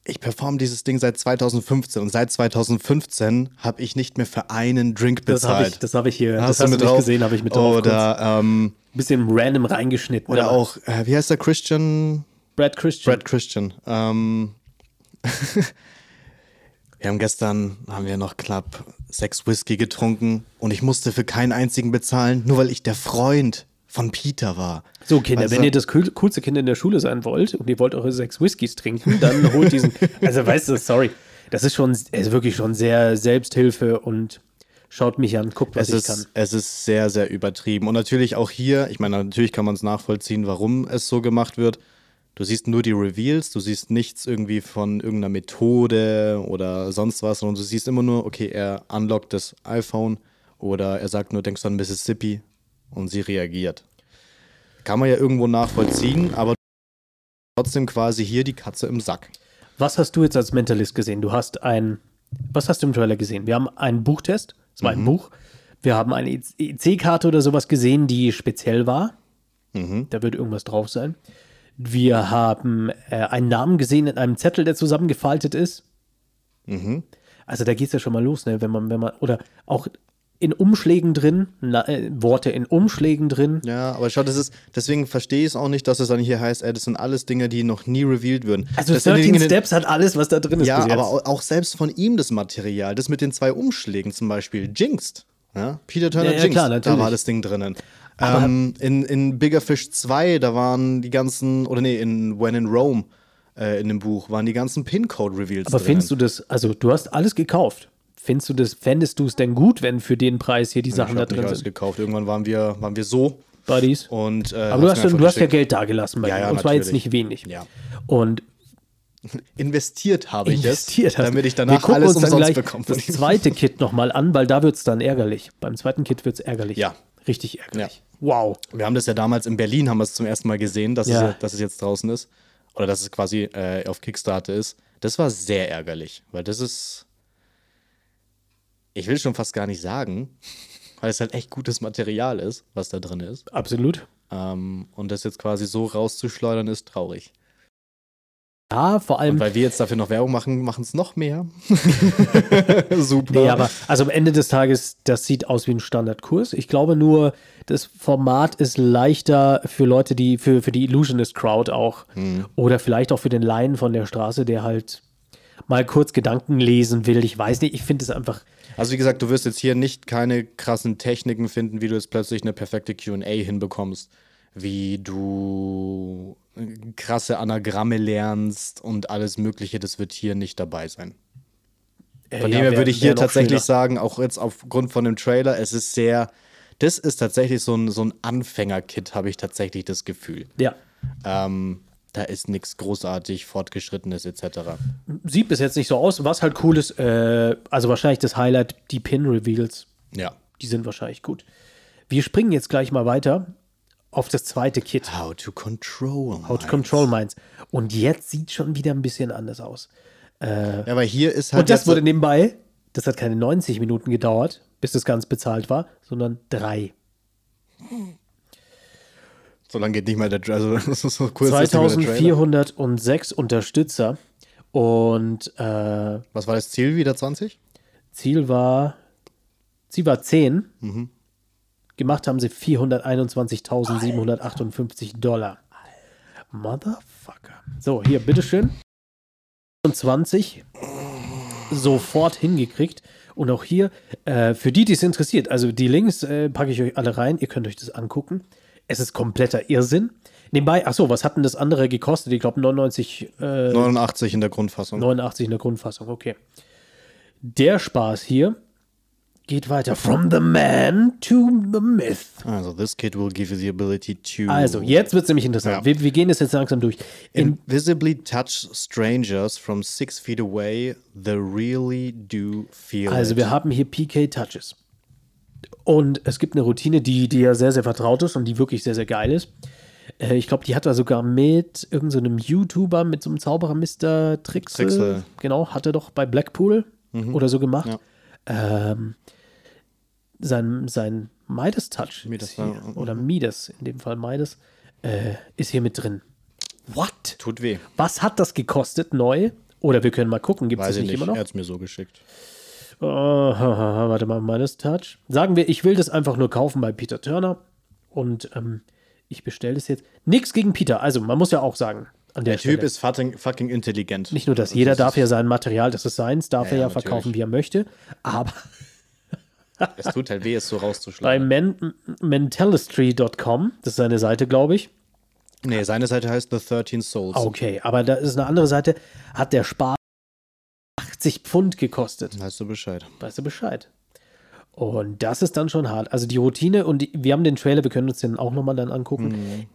S3: ich performe dieses Ding seit 2015 und seit 2015 habe ich nicht mehr für einen Drink
S1: das habe ich,
S3: bezahlt.
S1: das hab ich hier, das
S3: Hast
S1: hast du
S3: mit
S1: nicht
S3: drauf?
S1: gesehen, habe ich mit drauf. kurz.
S3: Oder, ähm,
S1: bisschen random reingeschnitten.
S3: oder
S1: aber
S3: auch, äh, wie heißt der Christian?
S1: Brad Christian.
S3: Brad Christian. Ähm, wir haben gestern haben wir noch knapp sechs Whisky getrunken und ich musste für keinen einzigen bezahlen, nur weil ich der Freund von Peter war. Also
S1: So, Kinder,
S3: Weißt
S1: wenn
S3: du?
S1: ihr das cool- coolste Kind in der Schule sein wollt und ihr wollt eure sechs Whiskys trinken, dann holt diesen. Also, weißt du, sorry. Das ist schon, also wirklich schon sehr Selbsthilfe und schaut mich an, guckt, was
S3: es
S1: ich
S3: ist,
S1: kann.
S3: Es ist sehr, sehr übertrieben. Und natürlich auch hier, ich meine, natürlich kann man es nachvollziehen, warum es so gemacht wird. Du siehst nur die Reveals, du siehst nichts irgendwie von irgendeiner Methode oder sonst was, sondern du siehst immer nur, okay, er unlockt das iPhone oder er sagt nur, denkst du an Mississippi und sie reagiert. Kann man ja irgendwo nachvollziehen, aber trotzdem quasi hier die Katze im Sack.
S1: Was hast du jetzt als Mentalist gesehen? Du hast ein. Was hast du im Trailer gesehen? Wir haben einen Buchtest, es
S3: Mhm.
S1: war ein Buch. Wir haben eine EC-Karte oder sowas gesehen, die speziell war.
S3: Mhm.
S1: Da wird irgendwas drauf sein. Wir haben äh, einen Namen gesehen in einem Zettel, der zusammengefaltet ist.
S3: Mhm.
S1: Also da geht es ja schon mal los, ne? Wenn man, wenn man, oder auch in Umschlägen drin, na, äh, Worte in Umschlägen drin.
S3: Ja, aber schau, das ist, deswegen verstehe ich es auch nicht, dass es dann hier heißt, ey, das sind alles Dinge, die noch nie revealed würden.
S1: Also
S3: das sind die
S1: 13
S3: Dinge,
S1: Steps hat alles, was da drin ist.
S3: Ja,
S1: bis jetzt.
S3: aber au- auch selbst von ihm das Material, das mit den zwei Umschlägen zum Beispiel, Jinxed. Ja? Peter Turner
S1: Ja, ja,
S3: Jinxed,
S1: klar,
S3: da
S1: natürlich.
S3: war das Ding drinnen. Ähm, in, in Bigger Fish 2, da waren die ganzen, oder nee, in When in Rome, äh, in dem Buch, waren die ganzen Pincode-Reveals
S1: Aber findest du das, also du hast alles gekauft. Findest du das, fändest du es denn gut, wenn für den Preis hier die Sachen
S3: ich
S1: da
S3: hab nicht
S1: drin
S3: alles
S1: sind?
S3: gekauft. Irgendwann waren wir, waren wir so.
S1: Buddies.
S3: Und, äh,
S1: Aber du
S3: hab's
S1: hast,
S3: mir
S1: dann, du
S3: einfach
S1: hast ja
S3: geschickt.
S1: Geld dagelassen bei
S3: Ja,
S1: mir.
S3: ja,
S1: und zwar jetzt
S3: natürlich.
S1: nicht wenig.
S3: Ja.
S1: Und
S3: Investiert habe ich es,
S1: investiert hast.
S3: damit ich
S1: Wir
S3: danach
S1: gucken uns
S3: alles
S1: dann
S3: umsonst
S1: gleich
S3: bekomme. von
S1: Das
S3: ihm.
S1: zweite Kit nochmal an, weil da wird es dann ärgerlich. Beim zweiten Kit wird es ärgerlich.
S3: Ja.
S1: Richtig ärgerlich.
S3: Ja.
S1: Wow.
S3: Wir haben das ja damals in Berlin, haben wir es zum ersten Mal gesehen, dass,
S1: Ja.
S3: es, dass es jetzt draußen ist. Oder dass es quasi äh, auf Kickstarter ist. Das war sehr ärgerlich, weil das ist. Ich will schon fast gar nicht sagen, weil es halt echt gutes Material ist, was da drin ist.
S1: Absolut.
S3: Ähm, und das jetzt quasi so rauszuschleudern, ist traurig.
S1: Ja, vor
S3: Und
S1: allem.
S3: weil wir jetzt dafür noch Werbung machen, machen es noch mehr. Super.
S1: Nee, aber also am Ende des Tages, das sieht aus wie ein Standardkurs. Ich glaube nur, das Format ist leichter für Leute, die, für, für die Illusionist-Crowd auch.
S3: Hm.
S1: Oder vielleicht auch für den Laien von der Straße, der halt mal kurz Gedanken lesen will. Ich weiß nicht, ich finde es einfach.
S3: Also wie gesagt, du wirst jetzt hier nicht keine krassen Techniken finden, wie du jetzt plötzlich eine perfekte QA hinbekommst, wie du äh, krasse Anagramme lernst und alles Mögliche, das wird hier nicht dabei sein.
S1: äh,
S3: Von
S1: ja,
S3: dem her
S1: wär-
S3: würde ich
S1: wär
S3: hier
S1: noch
S3: tatsächlich
S1: schöner.
S3: sagen, auch jetzt aufgrund von dem Trailer, es ist sehr, das ist tatsächlich so ein, so ein Anfänger-Kit, habe ich tatsächlich das Gefühl.
S1: Ja.
S3: Ähm, da ist nichts großartig Fortgeschrittenes etc.
S1: Sieht bis jetzt nicht so aus. Was halt cool ist, äh, also wahrscheinlich das Highlight, die Pin-Reveals.
S3: Ja.
S1: Die sind wahrscheinlich gut. Wir springen jetzt gleich mal weiter auf das zweite Kit.
S3: How to control.
S1: Out Control Minds. Und jetzt sieht schon wieder ein bisschen anders aus.
S3: Ja, aber hier ist halt
S1: Und das
S3: jetzt-
S1: wurde nebenbei, das hat keine 90 Minuten gedauert, bis das Ganze bezahlt war, sondern drei.
S3: So lange geht nicht mal der Dra- Also, das ist so kurz ist nicht mal der Trailer.
S1: 2406 Unterstützer. Und äh,
S3: Was war das Ziel wieder? 20?
S1: Ziel war, Ziel war 10. Gemacht haben sie 421.758 Dollar. Motherfucker. So, hier, bitteschön. 20 sofort hingekriegt. Und auch hier, äh, für die, die es interessiert, also die Links äh, packe ich euch alle rein, ihr könnt euch das angucken. Es ist kompletter Irrsinn. Nebenbei, ach so, was hat denn das andere gekostet? Ich glaube 99 äh,
S3: 89 in der Grundfassung.
S1: 89 in der Grundfassung, okay. Der Spaß hier geht weiter. From the man to the myth.
S3: Also, this kid will give you the ability to.
S1: Also, jetzt wird es nämlich interessant.
S3: Ja.
S1: Wir, wir gehen das jetzt langsam durch. In,
S3: Invisibly touch strangers from six feet away, they really do feel.
S1: also,
S3: it.
S1: wir haben hier PK-Touches. Und es gibt eine Routine, die dir ja sehr, sehr vertraut ist und die wirklich sehr, sehr geil ist. Äh, Ich glaube, die hat er sogar mit irgendeinem YouTuber, mit so einem Zauberer Mr. Trixel.
S3: Trixel.
S1: Genau, hat er doch bei Blackpool
S3: Mhm.
S1: oder so gemacht. Ähm, sein, sein Midas Touch
S3: Midas,
S1: ist hier,
S3: ja.
S1: oder Midas, in dem Fall Midas, äh, ist hier mit drin. What?
S3: Tut weh.
S1: Was hat das gekostet neu? Oder wir können mal gucken, gibt es
S3: Weiß
S1: das
S3: ich
S1: nicht,
S3: nicht.
S1: immer noch?
S3: Er hat es mir so geschickt.
S1: Oh, haha, Ah, warte mal, meines Touch. Sagen wir, ich will das einfach nur kaufen bei Peter Turner und ähm, ich bestelle das jetzt. Nix gegen Peter, also man muss ja auch sagen, an der,
S3: Der Typ
S1: Stelle.
S3: ist fucking, fucking intelligent.
S1: Nicht nur das, jeder darf ja sein Material, das ist seins, darf er ja
S3: Ja, ja, natürlich.
S1: verkaufen, wie er möchte, aber
S3: Es tut halt weh, es so
S1: Bei
S3: rauszuschlagen.
S1: men mentalistry.com, das ist seine Seite, glaube ich.
S3: Nee, seine Seite heißt The 13 Souls.
S1: Okay, aber da ist eine andere Seite, hat der Spar 80 Pfund gekostet.
S3: Weißt du Bescheid.
S1: Weißt du Bescheid? Und das ist dann schon hart. Also die Routine und die, wir haben den Trailer, wir können uns den auch nochmal dann angucken.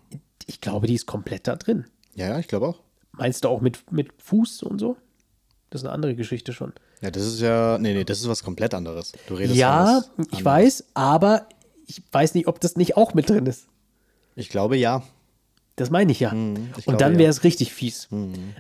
S1: Ich glaube, die ist komplett da drin.
S3: Ja, ja, ich glaube auch.
S1: Meinst du auch mit, mit Fuß und so? Das ist eine andere Geschichte schon.
S3: Ja, das ist ja. Nee, nee, das ist was komplett anderes. Du redest
S1: ja,
S3: von was
S1: ich
S3: anderes.
S1: weiß, aber ich weiß nicht, ob das nicht auch mit drin ist.
S3: Ich glaube ja.
S1: Das meine ich ja.
S3: ich glaube,
S1: und dann
S3: ja.
S1: wäre es richtig fies.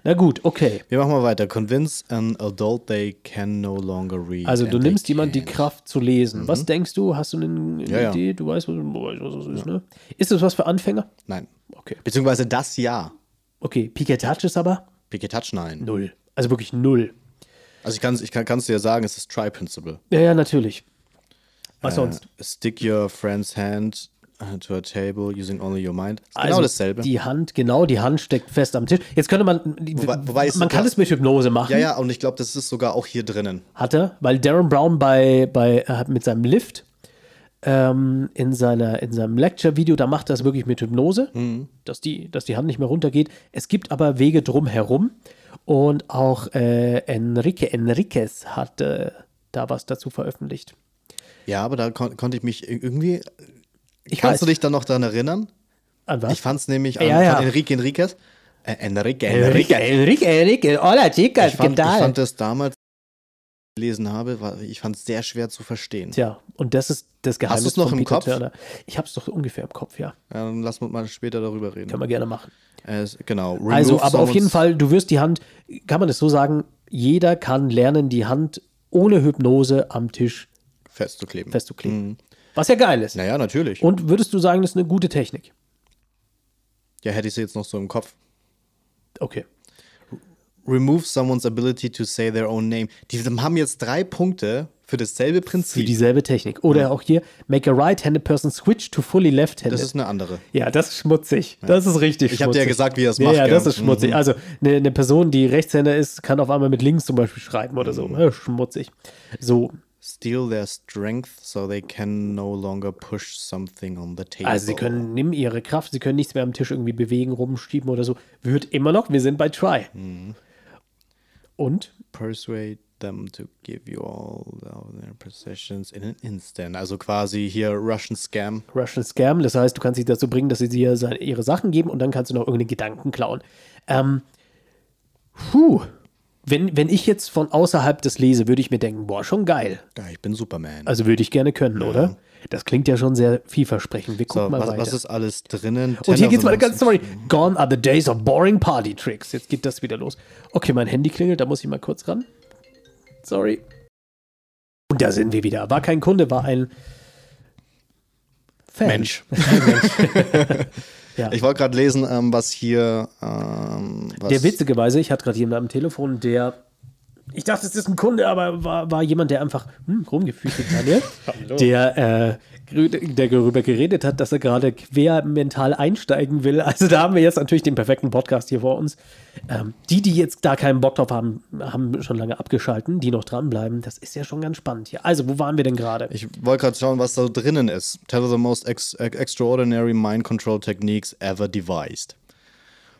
S1: Na gut, okay.
S3: Wir machen mal weiter. Convince an adult they can no longer read.
S1: Also du
S3: and they
S1: nimmst jemand die
S3: can't.
S1: Kraft zu lesen. Was denkst du? Hast du eine, eine
S3: Ja, ja.
S1: Idee? Du weißt, was, du weißt, was das ist, ne? Ist das was für Anfänger?
S3: Nein.
S1: Okay.
S3: Beziehungsweise das ja.
S1: Okay, Piquet Touch ist aber
S3: Picky Touch, nein.
S1: null. Also wirklich null.
S3: Also ich, kann's, ich kann es dir sagen, es ist Try Principle.
S1: Ja, ja, natürlich. Was sonst?
S3: Äh, stick your friend's hand äh, to a table using only your mind. Ist genau
S1: Also
S3: dasselbe.
S1: Die Hand, genau, die Hand steckt fest am Tisch. Jetzt könnte man,
S3: Wobei- wobei es
S1: man kann
S3: sogar-
S1: es mit Hypnose machen,
S3: ja, ja, und ich glaube, das ist sogar auch hier drinnen.
S1: hat er, weil Darren Brown bei, bei äh, mit seinem Lift ähm, in, seiner, in seinem Lecture-Video, da macht er es wirklich mit Hypnose,
S3: Mhm.
S1: dass, die, dass die Hand nicht mehr runtergeht. Es gibt aber Wege drumherum und auch äh, Enrique Enriquez hat äh, da was dazu veröffentlicht.
S3: Ja, aber da kon konnte ich mich ir- irgendwie.
S1: Ich
S3: kannst du
S1: weiß.
S3: dich dann noch daran erinnern?
S1: An was?
S3: Ich fand es nämlich an,
S1: Ja, ja.
S3: von Enrique Enriquez. Äh, Enrique
S1: Enrique,
S3: Enriquez.
S1: Enrique, Enrique, hola chicas,
S3: Ich fand,
S1: ¿qué
S3: ich
S1: tal?
S3: fand das damals, als ich gelesen habe, war, ich fand es sehr schwer zu verstehen.
S1: Tja, und das ist das Geheimnis
S3: du's noch
S1: von
S3: im
S1: Peter
S3: Kopf?
S1: Turner. Ich hab's doch ungefähr im Kopf, ja.
S3: Ja, dann lass uns mal später darüber reden.
S1: Können wir gerne machen.
S3: Äh, es- genau.
S1: also,
S3: Remove
S1: aber auf jeden
S3: someone's-
S1: Fall, du wirst die Hand, kann man das so sagen, jeder kann lernen, die Hand ohne Hypnose am Tisch
S3: Festzukleben.
S1: festzukleben.
S3: Mhm.
S1: Was ja geil ist.
S3: Naja, natürlich.
S1: Und würdest du sagen, das ist eine gute Technik?
S3: Ja, hätte ich sie jetzt noch so im Kopf.
S1: Okay.
S3: Remove someone's ability to say their own name. Die haben jetzt drei Punkte für dasselbe
S1: Für
S3: Prinzip.
S1: dieselbe Technik. Oder auch hier, make a right-handed person switch to fully left-handed.
S3: das ist eine andere.
S1: Ja, das ist schmutzig. Das ist richtig
S3: Ich
S1: schmutzig.
S3: hab dir ja gesagt, wie er es macht,
S1: Ja, ja,
S3: gell? Mhm.
S1: das ist schmutzig. Also eine, eine Person, die Rechtshänder ist, kann auf einmal mit links zum Beispiel schreiben oder
S3: Mhm.
S1: so. Ja, schmutzig. So,
S3: Steal their strength so they can no longer push something on the table.
S1: also sie können, nimm ihre Kraft, sie können nichts mehr am Tisch irgendwie bewegen, rumschieben oder so. Wird immer noch, wir sind bei Try.
S3: Mhm.
S1: Und?
S3: Persuade them to give you all of their possessions in an instant. Also quasi hier Russian Scam.
S1: Russian Scam, das heißt, du kannst sie dazu bringen, dass sie dir seine, ihre Sachen geben und dann kannst du noch irgendeinen Gedanken klauen. Ähm, puh. Wenn, wenn ich jetzt von außerhalb das lese, würde ich mir denken, boah, schon geil.
S3: Ja, ich bin Superman.
S1: Also würde ich gerne können, oder? Das klingt ja schon sehr vielversprechend. Wir gucken
S3: so,
S1: mal
S3: was,
S1: weiter.
S3: was ist alles drinnen?
S1: und hier
S3: Ten
S1: geht's
S3: of
S1: mal
S3: them
S1: ganz
S3: are-
S1: sorry. Gone are the days of boring party tricks. Jetzt geht das wieder los. Okay, mein Handy klingelt, da muss ich mal kurz ran. Sorry. Und da sind wir wieder. War kein Kunde, war ein Fan.
S3: Mensch.
S1: Ja.
S3: Ich wollte gerade lesen, ähm, was hier. Ähm, was
S1: Der witzigerweise, ich hatte gerade jemanden am Telefon, der. Ich dachte, es ist ein Kunde, aber war, war jemand, der einfach hm, rumgefühlt hat, Daniel. der, äh, gerü- der darüber geredet hat, dass er gerade quer mental einsteigen will. Also da haben wir jetzt natürlich den perfekten Podcast hier vor uns. Ähm, die, die jetzt da keinen Bock drauf haben, haben schon lange abgeschalten, die noch dranbleiben. Das ist ja schon ganz spannend hier. Also, wo waren wir denn gerade?
S3: Ich wollte gerade schauen, was da drinnen ist. Tell the most ex ex- extraordinary mind control techniques ever devised.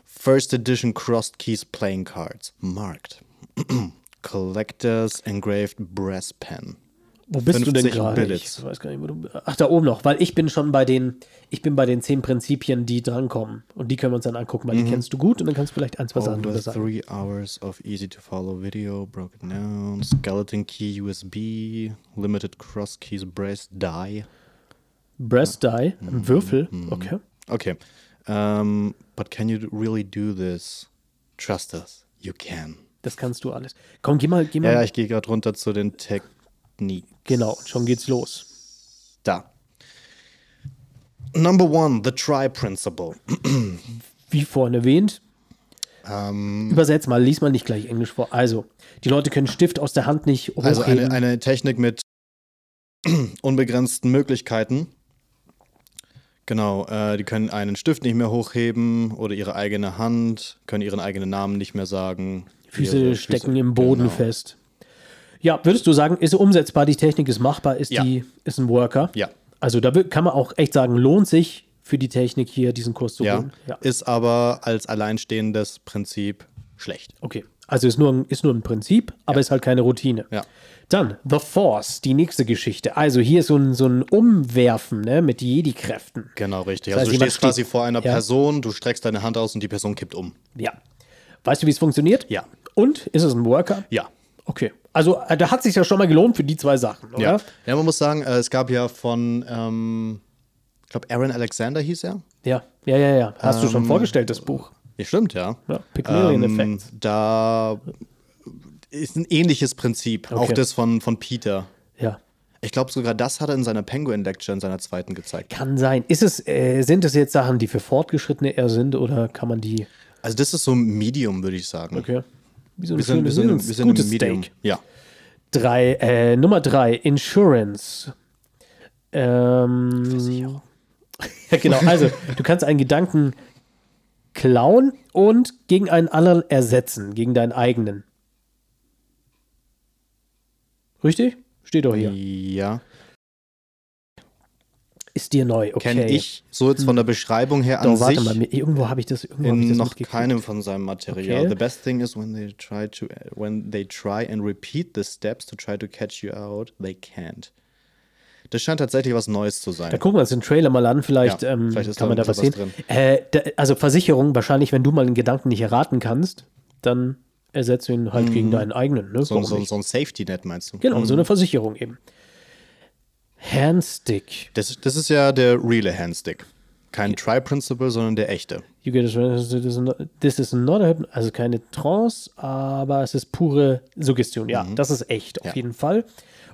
S3: First edition crossed keys playing cards. Marked. Collectors engraved brass pen.
S1: Wo bist du denn
S3: 50
S1: gerade?
S3: Billets.
S1: Ich weiß gar nicht, wo du. Ach, da oben noch, weil ich bin schon bei den, ich bin bei den zehn Prinzipien, die drankommen. Und die können wir uns dann angucken,
S3: Mhm.
S1: weil die kennst du gut und dann kannst du vielleicht ein, zwei Sachen drüber
S3: Over
S1: sagen.
S3: three hours of easy to follow video, broken down. Skeleton key USB. Limited cross keys brass die.
S1: Breast Die,
S3: Mhm.
S1: ein Würfel, okay.
S3: Okay. Um, but can you really do this? Trust us, you can.
S1: Das kannst du alles. Komm, geh mal, geh mal.
S3: Ja, ich gehe gerade runter zu den Technik.
S1: Genau, schon geht's los.
S3: Da. Number one, the try principle.
S1: Wie vorhin erwähnt.
S3: Um,
S1: Übersetz mal, lies mal nicht gleich Englisch vor. Also, die Leute können Stift aus der Hand nicht hochheben.
S3: Also eine, eine Technik mit unbegrenzten Möglichkeiten. Genau, äh, die können einen Stift nicht mehr hochheben oder ihre eigene Hand, können ihren eigenen Namen nicht mehr sagen.
S1: Füße
S3: Ihre
S1: stecken im Boden
S3: genau.
S1: fest. Ja, würdest du sagen, ist umsetzbar, die Technik ist machbar, ist,
S3: Ja.
S1: die, ist ein Worker?
S3: Ja.
S1: Also da wi- kann man auch echt sagen, lohnt sich für die Technik hier diesen Kurs zu
S3: Ja.
S1: holen. Ja.
S3: Ist aber als alleinstehendes Prinzip schlecht.
S1: Okay. Also ist nur ein, ist nur ein Prinzip, aber ist halt keine Routine.
S3: Ja.
S1: Dann The Force, die nächste Geschichte. Also hier ist so ein, so ein Umwerfen ne, mit Jedi-Kräften.
S3: Genau, richtig.
S1: Das heißt,
S3: also du
S1: jemand
S3: stehst quasi
S1: steht-
S3: vor einer
S1: Ja.
S3: Person, du streckst deine Hand aus und die Person kippt um.
S1: Ja. Weißt du, wie es funktioniert?
S3: Ja.
S1: Und ist es ein Worker?
S3: Ja.
S1: Okay. Also äh, da hat sich ja schon mal gelohnt für die zwei Sachen, oder?
S3: Ja. ja, man muss sagen, äh, es gab ja von, ähm, ich glaube, Aaron Alexander hieß er.
S1: Ja, ja, ja. ja. Hast du
S3: Ähm,
S1: schon vorgestellt, das Buch?
S3: Ja, stimmt, ja. Ähm,
S1: Ja, Pygmalion-Effekt.
S3: da ist ein ähnliches Prinzip, auch das von, von Peter.
S1: Ja.
S3: Ich glaube sogar, das hat er in seiner Penguin-Lecture, in seiner zweiten gezeigt.
S1: Kann sein. Ist es, äh, sind es jetzt Sachen, die für Fortgeschrittene eher sind oder kann man die.
S3: Also das ist so ein Medium, würde ich sagen.
S1: Okay. Wie so ein
S3: Wir sind, wir
S1: schönes-
S3: sind,
S1: ein
S3: wir sind im
S1: gutes
S3: Medium.
S1: Steak.
S3: Ja.
S1: Drei, äh, Nummer drei, Insurance. Ähm, ja, genau. Also, du kannst einen Gedanken klauen und gegen einen anderen ersetzen, gegen deinen eigenen. Richtig? Steht doch hier.
S3: Ja.
S1: Ist dir neu, okay.
S3: Kenne ich so jetzt von der Beschreibung her an
S1: Doch, warte
S3: sich
S1: mal, mir- irgendwo habe ich das, irgendwo habe ich
S3: in
S1: das
S3: noch
S1: mitgekriegt.
S3: keinem von seinem Material.
S1: Okay.
S3: The best thing is when they try to when they try and repeat the steps to try to catch you out, they can't. Das scheint tatsächlich was Neues zu sein.
S1: Da gucken wir uns den Trailer mal an, vielleicht,
S3: Ja,
S1: ähm,
S3: vielleicht ist
S1: kann man
S3: da
S1: da was sehen.
S3: was
S1: Äh, da, also Versicherung, wahrscheinlich, wenn du mal einen Gedanken nicht erraten kannst, dann ersetzt du ihn halt gegen deinen eigenen. Ne?
S3: Mhm. So,
S1: Warum
S3: so,
S1: nicht?
S3: so ein Safety Net meinst du?
S1: Genau,
S3: Mhm.
S1: so eine Versicherung eben. Handstick.
S3: Das, das ist ja der reale Handstick. Kein Try-Principle, sondern der echte.
S1: You get it. This is not a hypno- also keine Trance, aber es ist pure Suggestion. Ja, das ist echt, auf
S3: Mhm. Ja.
S1: jeden Fall.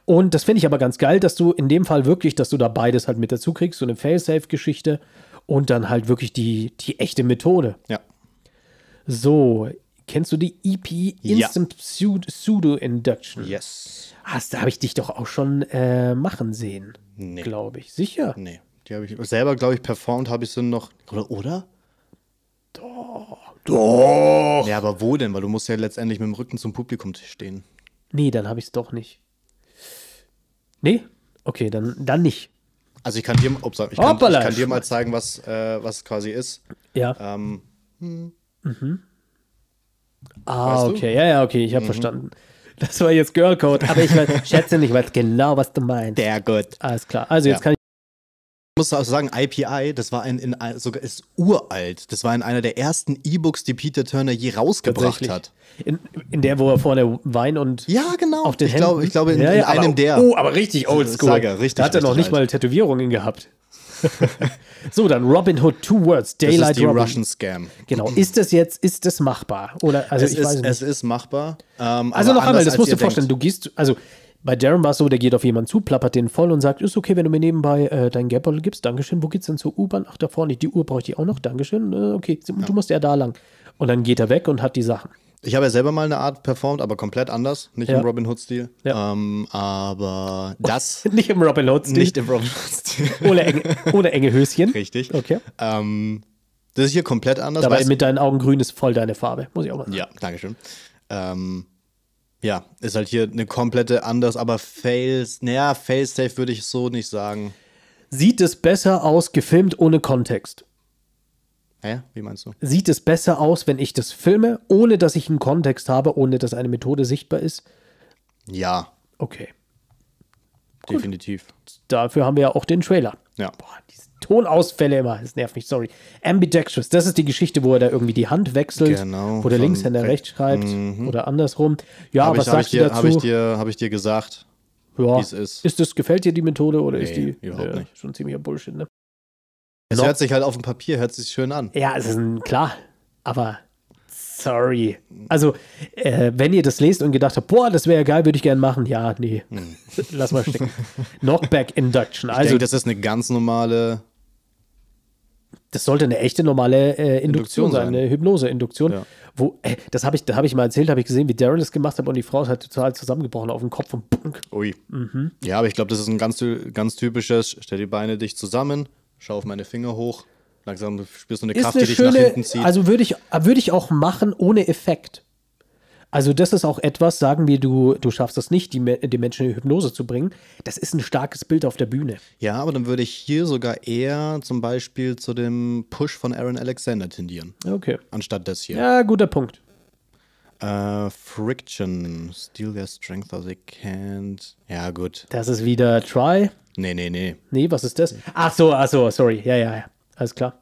S1: Und das finde ich aber ganz geil, dass du in dem Fall wirklich, dass du da beides halt mit dazu kriegst, so eine Fail-Safe-Geschichte und dann halt wirklich die, die echte Methode.
S3: Ja.
S1: So, kennst du die EP
S3: Ja.
S1: Instant Pseudo- Pseudo-Induction?
S3: Yes.
S1: Hast, da habe ich dich doch auch schon äh, machen sehen.
S3: Nee.
S1: Glaube ich. Sicher?
S3: Nee. Die habe ich selber, glaube ich, performt, habe ich sie noch. Oder? oder? Doch. Ja, aber wo denn? Weil du musst ja letztendlich mit dem Rücken zum Publikum stehen.
S1: Nee, dann habe ich es doch nicht. Nee? Okay, dann, dann nicht.
S3: Also ich kann dir, ups, ich kann, ich
S1: Hoppala,
S3: kann dir mal zeigen, was, äh, was quasi ist.
S1: Ja.
S3: Ähm,
S1: ah,
S3: weißt du? Mhm.
S1: okay. Ja, ja, okay. Ich habe verstanden. Das war jetzt Girlcode, aber ich weiß, schätze nicht, weiß genau, was du meinst.
S3: der Gott.
S1: Alles klar. Also jetzt
S3: Ja.
S1: kann ich.
S3: Ich muss auch sagen, IPI, das war ein, in, ein- sogar ist uralt. Das war in einer der ersten E-Books, die Peter Turner je rausgebracht
S1: Tatsächlich.
S3: hat.
S1: In, in der, wo er vorne Wein und.
S3: Ja, genau.
S1: Auf den
S3: ich
S1: Händen?
S3: glaube, ich glaube in,
S1: Ja,
S3: in
S1: ja, aber-
S3: einem der.
S1: Oh, aber richtig oldschool.
S3: Sag ja, richtig,
S1: da hat er noch
S3: richtig
S1: nicht mal Tätowierungen gehabt. so, dann Robin Hood, Two Words,
S3: das
S1: Daylight
S3: ist die
S1: Robin.
S3: Russian Scam.
S1: Genau, ist das jetzt, ist das machbar? Oder, also
S3: Es,
S1: ich
S3: ist,
S1: weiß nicht.
S3: es ist machbar. ähm,
S1: also
S3: aber
S1: noch einmal,
S3: anders,
S1: das
S3: als
S1: musst
S3: ihr
S1: du vorstellen,
S3: denkt.
S1: du gehst, also bei Darren war es so, der geht auf jemanden zu, plappert den voll und sagt, ist okay, wenn du mir nebenbei äh, dein Geldbeutel gibst, Dankeschön, wo geht's denn zur U-Bahn? Ach, da vorne, die Uhr brauche ich die auch noch, Dankeschön, äh, okay, du musst ja da lang. Und dann geht er weg und hat die Sachen.
S3: Ich habe ja selber mal eine Art performt, aber komplett anders. Nicht
S1: Ja.
S3: im Robin Hood-Stil.
S1: Ja. Oh,
S3: Ähm, aber das
S1: Nicht im Robin Hood,
S3: nicht im Robin Hood-Stil.
S1: ohne enge, ohne enge Höschen.
S3: Richtig.
S1: Okay.
S3: Ähm, das ist hier komplett anders.
S1: Dabei
S3: weil es-
S1: mit deinen Augen grün ist voll deine Farbe, muss ich auch mal sagen.
S3: ja, Dankeschön. Ähm, ja, ist halt hier eine komplette anders, aber Fails, naja, Fail-Safe würde ich so nicht sagen.
S1: Sieht es besser aus, gefilmt ohne Kontext?
S3: Hä? Wie meinst du?
S1: Sieht es besser aus, wenn ich das filme, ohne dass ich einen Kontext habe, ohne dass eine Methode sichtbar ist?
S3: Ja,
S1: Okay.
S3: definitiv.
S1: Dafür haben wir ja auch den Trailer.
S3: Ja.
S1: Boah, diese Tonausfälle immer, das nervt mich, sorry. Ambidextrous, das ist die Geschichte, wo er da irgendwie die Hand wechselt,
S3: Genau,
S1: wo der
S3: von
S1: Linkshänder
S3: rechts-
S1: rechts schreibt oder andersrum. Ja,
S3: Habe
S1: Ah, was
S3: ich, hab ich,
S1: sagst du
S3: dir-
S1: dazu?
S3: hab ich, dir- hab ich dir gesagt?
S1: ja,
S3: wie es ist.
S1: das, gefällt dir die Methode oder ist
S3: Nee,
S1: die äh,
S3: überhaupt nicht.
S1: schon ziemlicher Bullshit, ne?
S3: Es
S1: Noch-
S3: hört sich halt auf dem Papier, hört sich schön an.
S1: Ja, es ist ein, klar, aber sorry. Also, äh, wenn ihr das lest und gedacht habt, boah, das wäre ja geil, würde ich gerne machen, ja, nee,
S3: Hm.
S1: lass mal stecken. Knockback Induction,
S3: Also,
S1: also
S3: denke, das ist eine ganz normale.
S1: das sollte eine echte normale äh, Induktion,
S3: Induktion
S1: sein,
S3: sein.
S1: eine Hypnose-Induktion.
S3: Ja.
S1: Wo, äh, das habe ich, da habe ich mal erzählt, habe ich gesehen, wie Daryl das gemacht hat und die Frau ist halt total zusammengebrochen auf den Kopf und punk.
S3: Ui.
S1: Mhm.
S3: Ja, aber ich glaube, das ist ein ganz, ty- ganz typisches: stell die Beine dicht zusammen, schau auf meine Finger hoch. Langsam spürst du eine
S1: Ist
S3: Kraft,
S1: eine
S3: die dich nach
S1: schöne,
S3: hinten zieht.
S1: also würde ich, würde ich auch machen ohne Effekt. Also das ist auch etwas, sagen wir, du, du schaffst das nicht, die, Me- die Menschen in Hypnose zu bringen. Das ist ein starkes Bild auf der Bühne.
S3: Ja, aber dann würde ich hier sogar eher zum Beispiel zu dem Push von Aaron Alexander tendieren,
S1: Okay.
S3: anstatt das hier.
S1: Ja, guter Punkt.
S3: Äh, Friction, steal their strength as they can't. Ja, gut.
S1: Das ist wieder Try.
S3: Nee, nee, nee.
S1: Nee, was ist das? Ach so, ach so, sorry. Ja, ja, ja. Alles klar.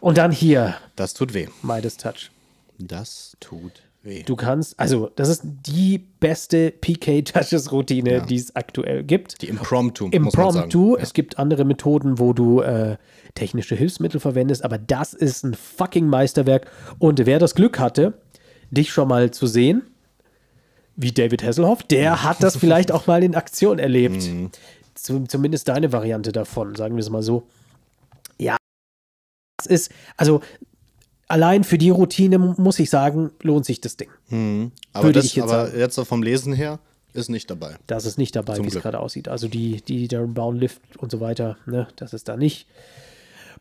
S1: Und dann hier,
S3: Das tut weh.
S1: Midas Touch.
S3: Das tut weh.
S1: Du kannst, also, das ist die beste PK-Touches-Routine, die es aktuell gibt.
S3: Die Impromptu, muss man sagen.
S1: Impromptu, es gibt andere Methoden, wo du äh, technische Hilfsmittel verwendest, aber das ist ein fucking Meisterwerk. Und wer das Glück hatte, dich schon mal zu sehen, wie David Hasselhoff, der hat das vielleicht auch mal in Aktion erlebt.
S3: Mhm.
S1: Zum, zumindest deine Variante davon, sagen wir es mal so. Ja, das ist, also allein für die Routine muss ich sagen, lohnt sich das Ding.
S3: Aber,
S1: würde
S3: das,
S1: ich jetzt
S3: aber
S1: sagen.
S3: jetzt so vom Lesen her ist nicht dabei.
S1: Das ist nicht dabei,
S3: Zum
S1: wie es
S3: Glück.
S1: gerade aussieht. Also die, die Darren Brown Lift und so weiter, ne, das ist da nicht.